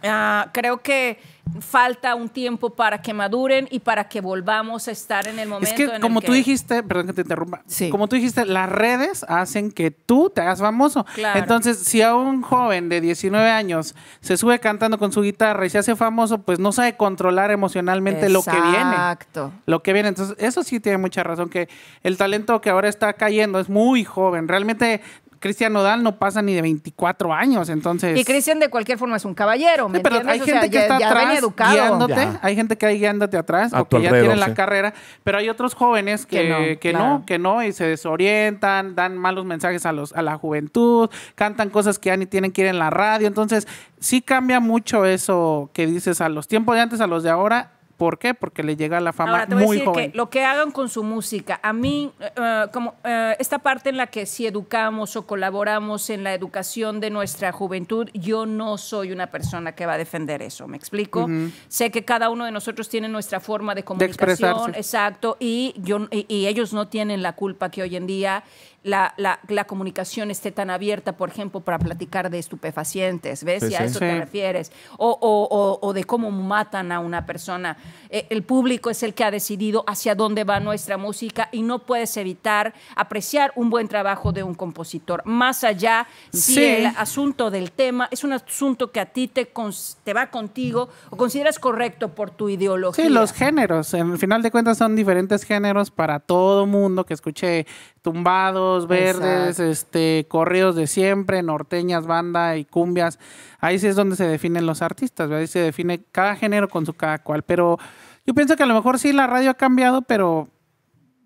Speaker 3: Ah, creo que falta un tiempo para que maduren y para que volvamos a estar en el momento
Speaker 2: Es que
Speaker 3: en
Speaker 2: como
Speaker 3: el
Speaker 2: tú dijiste, perdón que te interrumpa,
Speaker 3: Sí.
Speaker 2: como tú dijiste, las redes hacen que tú te hagas famoso.
Speaker 3: Claro.
Speaker 2: Entonces, si a un joven de 19 años se sube cantando con su guitarra y se hace famoso, pues no sabe controlar emocionalmente lo que viene.
Speaker 3: Exacto.
Speaker 2: Lo que viene, entonces eso sí tiene mucha razón, que el talento que ahora está cayendo es muy joven. Realmente Cristian Nodal no pasa ni de 24 años, entonces...
Speaker 3: Y Cristian de cualquier forma es un caballero, ¿me
Speaker 2: Sí, pero hay
Speaker 3: entiendes?
Speaker 2: gente
Speaker 3: o sea,
Speaker 2: que
Speaker 3: ya,
Speaker 2: está
Speaker 3: ya
Speaker 2: atrás
Speaker 3: ven educado.
Speaker 2: guiándote,
Speaker 1: Ya.
Speaker 2: hay gente que hay guiándote atrás
Speaker 1: A
Speaker 2: o
Speaker 1: tu
Speaker 2: que ya
Speaker 1: alrededor,
Speaker 2: tienen la
Speaker 1: sí.
Speaker 2: carrera, pero hay otros jóvenes que,
Speaker 3: Que
Speaker 2: que
Speaker 3: no,
Speaker 2: no, que
Speaker 3: claro.
Speaker 2: no, y se desorientan, dan malos mensajes a los a la juventud, cantan cosas que ya ni tienen que ir en la radio, entonces sí cambia mucho eso que dices a los tiempos de antes a los de ahora. ¿Por qué? Porque le llega la fama
Speaker 3: Ahora te voy a
Speaker 2: muy
Speaker 3: decir
Speaker 2: joven.
Speaker 3: que lo que hagan con su música, a mí, eh, eh, como eh, esta parte en la que si educamos o colaboramos en la educación de nuestra juventud, yo no soy una persona que va a defender eso, ¿me explico? Sé que cada uno de nosotros tiene nuestra forma de comunicación,
Speaker 2: expresarse.
Speaker 3: exacto, y, yo, y, y ellos no tienen la culpa que hoy en día la, la- la comunicación esté tan abierta, por ejemplo, para platicar de estupefacientes, ¿ves?
Speaker 1: Sí,
Speaker 3: y a
Speaker 1: sí.
Speaker 3: eso te
Speaker 2: Sí.
Speaker 3: refieres prefieres, o, o- o- o de cómo matan a una persona. Eh, El público es el que ha decidido hacia dónde va nuestra música y no puedes evitar apreciar un buen trabajo de un compositor. Más allá, si
Speaker 2: Sí.
Speaker 3: el asunto del tema es un asunto que a ti te, cons- te va contigo o consideras correcto por tu ideología.
Speaker 2: Sí, los géneros. En el final de cuentas son diferentes géneros para todo mundo que escuche tumbados, verdes,
Speaker 3: Exacto.
Speaker 2: este, corridos de siempre, norteñas, banda y cumbias. Ahí sí es donde se definen los artistas, ¿verdad? ahí se define cada género con su cada cual. Pero yo pienso que a lo mejor sí la radio ha cambiado, pero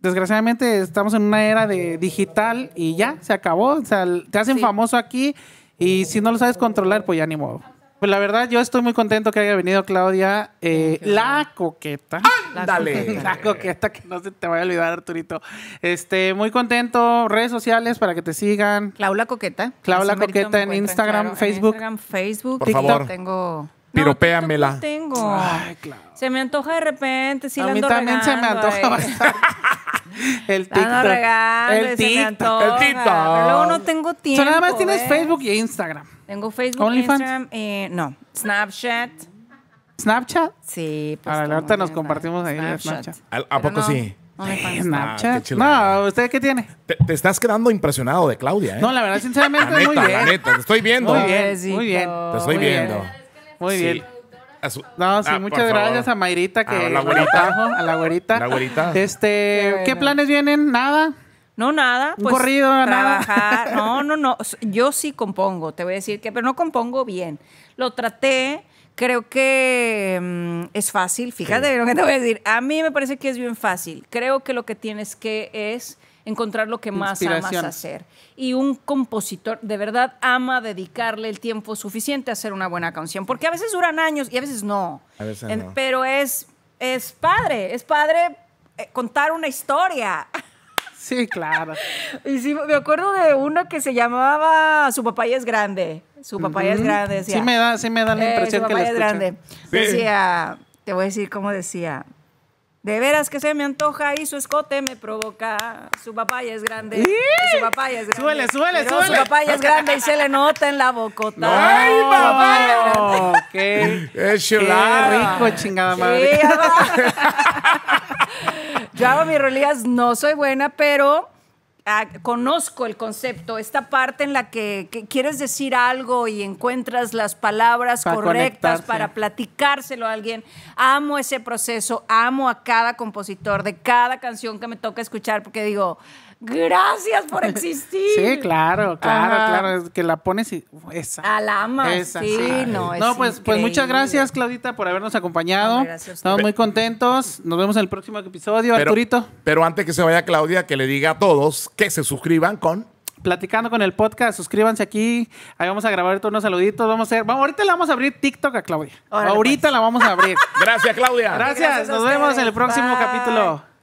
Speaker 2: desgraciadamente estamos en una era de digital y ya, se acabó. O sea, l- te hacen
Speaker 3: Sí.
Speaker 2: famoso aquí y si no lo sabes controlar, pues ya ni modo. Pues la verdad, yo estoy muy contento que haya venido Claudia, eh, la coqueta.
Speaker 1: Dale.
Speaker 2: La coqueta, que no se te vaya a olvidar, Arturito. Este, muy contento. Redes sociales para que te sigan.
Speaker 3: Claula Coqueta.
Speaker 2: Claula
Speaker 3: Así merito
Speaker 2: Coqueta en
Speaker 3: me encuentran,
Speaker 2: Instagram,
Speaker 3: claro, en
Speaker 2: Facebook.
Speaker 3: Instagram, Facebook.
Speaker 1: Por
Speaker 3: TikTok
Speaker 1: favor.
Speaker 3: Tengo... No,
Speaker 1: Piropéamela.
Speaker 3: TikTok no tengo.
Speaker 2: Claudia.
Speaker 3: Se me antoja de repente, sí
Speaker 2: a
Speaker 3: la
Speaker 2: mí
Speaker 3: ando
Speaker 2: también se me
Speaker 3: regando
Speaker 2: antoja
Speaker 3: ahí.
Speaker 2: bastante. El
Speaker 3: La
Speaker 2: TikTok.
Speaker 3: ando regando y
Speaker 2: el
Speaker 3: se me
Speaker 2: TikTok.
Speaker 3: antoja,
Speaker 1: El TikTok.
Speaker 3: Pero luego no tengo
Speaker 2: O
Speaker 3: tiempo.
Speaker 2: sea, nada más tienes
Speaker 3: ¿ves?
Speaker 2: Facebook y Instagram.
Speaker 3: Tengo Facebook,
Speaker 2: OnlyFans.
Speaker 3: Instagram, eh, no. Snapchat.
Speaker 2: Snapchat.
Speaker 3: Sí, pues.
Speaker 1: Ah,
Speaker 2: Ahora,
Speaker 3: cómo
Speaker 2: ahorita
Speaker 3: no,
Speaker 2: nos compartimos ahí en Snapchat.
Speaker 1: ¿A, a
Speaker 3: Pero
Speaker 1: poco
Speaker 3: no.
Speaker 1: sí?
Speaker 3: No me pagues.
Speaker 1: qué
Speaker 2: Eh, Snapchat.
Speaker 1: chulada.
Speaker 2: no, ¿usted qué tiene?
Speaker 1: Te, te estás quedando impresionado de Claudia, ¿eh?
Speaker 2: No, la verdad, sinceramente,
Speaker 1: La
Speaker 2: muy
Speaker 1: neta,
Speaker 2: bien.
Speaker 1: la neta, te estoy viendo.
Speaker 2: Muy bien,
Speaker 3: Pobrecito.
Speaker 2: muy bien.
Speaker 1: Te estoy
Speaker 2: Muy bien.
Speaker 1: viendo.
Speaker 2: Muy
Speaker 1: Sí.
Speaker 2: bien.
Speaker 1: A su-
Speaker 2: No, sí,
Speaker 1: Ah, por
Speaker 2: muchas
Speaker 1: favor.
Speaker 2: gracias a Mayrita que
Speaker 1: A la abuelita.
Speaker 2: a la güerita.
Speaker 1: La güerita.
Speaker 2: Este,
Speaker 3: Qué
Speaker 2: ¿qué
Speaker 3: bueno.
Speaker 2: planes vienen? Nada.
Speaker 3: No, nada.
Speaker 2: Un
Speaker 3: Pues,
Speaker 2: corrido, nada.
Speaker 3: trabajar. No, no, no. S- Yo sí compongo, te voy a decir que, pero no compongo bien. Lo traté, creo que mm, es fácil. Fíjate lo que te voy a decir. A mí me parece que es bien fácil. Creo que lo que tienes que es encontrar lo que más amas
Speaker 2: Inspiración.
Speaker 3: hacer. Y un compositor de verdad ama dedicarle el tiempo suficiente a hacer una buena canción, porque a veces duran años y a veces no.
Speaker 1: A veces
Speaker 3: Em,
Speaker 1: no.
Speaker 3: Pero es, es padre, es padre eh, contar una historia.
Speaker 2: Sí, claro.
Speaker 3: Y sí, me acuerdo de uno que se llamaba Su papá ya es grande. Su papá ya es grande. Decía,
Speaker 2: Sí me da, sí me da la
Speaker 3: "Eh,
Speaker 2: impresión
Speaker 3: su
Speaker 2: que
Speaker 3: papá
Speaker 2: la
Speaker 3: ya es
Speaker 2: escuché.
Speaker 3: grande.
Speaker 1: Sí.
Speaker 3: Decía, te voy a decir cómo decía. De veras que se me antoja y su escote me provoca. Su papá ya es grande. y Su papá ya es grande.
Speaker 2: Súbele, súbele,
Speaker 3: Pero
Speaker 2: súbele.
Speaker 3: Su papá ya es grande y se le nota en la bocota.
Speaker 1: ¡Ay,
Speaker 3: Su papá ya es grande.
Speaker 2: Oh, qué,
Speaker 1: Es
Speaker 2: qué
Speaker 1: chulada.
Speaker 2: rico, chingada
Speaker 3: Sí,
Speaker 2: madre.
Speaker 3: ya va. Yo hago mis rolillas, no soy buena, pero ah, conozco el concepto, esta parte en la que, que quieres decir algo y encuentras las palabras
Speaker 2: Para
Speaker 3: correctas
Speaker 2: conectarse.
Speaker 3: para platicárselo a alguien. Amo ese proceso, amo a cada compositor de cada canción que me toca escuchar porque digo, gracias por existir.
Speaker 2: Sí, claro, claro,
Speaker 3: Ajá.
Speaker 2: claro. es que la pones y. Esa.
Speaker 3: A la amas, sí, no, es
Speaker 2: pues, pues muchas
Speaker 3: increíble.
Speaker 2: gracias, Claudita, por habernos
Speaker 3: No,
Speaker 2: acompañado.
Speaker 3: hombre, gracias a
Speaker 2: Estamos muy contentos. Nos vemos en el próximo episodio.
Speaker 1: Pero,
Speaker 2: Arturito,
Speaker 1: pero antes que se vaya Claudia, que le diga a todos que se suscriban con
Speaker 2: platicando con el podcast, suscríbanse aquí. Ahí vamos a grabar todos unos saluditos. Vamos a hacer. vamos- ahorita le vamos a abrir TikTok a Claudia.
Speaker 3: Órale,
Speaker 2: ahorita
Speaker 3: pues.
Speaker 2: la vamos a abrir.
Speaker 1: Gracias, Claudia.
Speaker 2: gracias.
Speaker 3: Gracias a
Speaker 2: Nos vemos en
Speaker 3: ustedes.
Speaker 2: el próximo
Speaker 3: Bye.
Speaker 2: capítulo.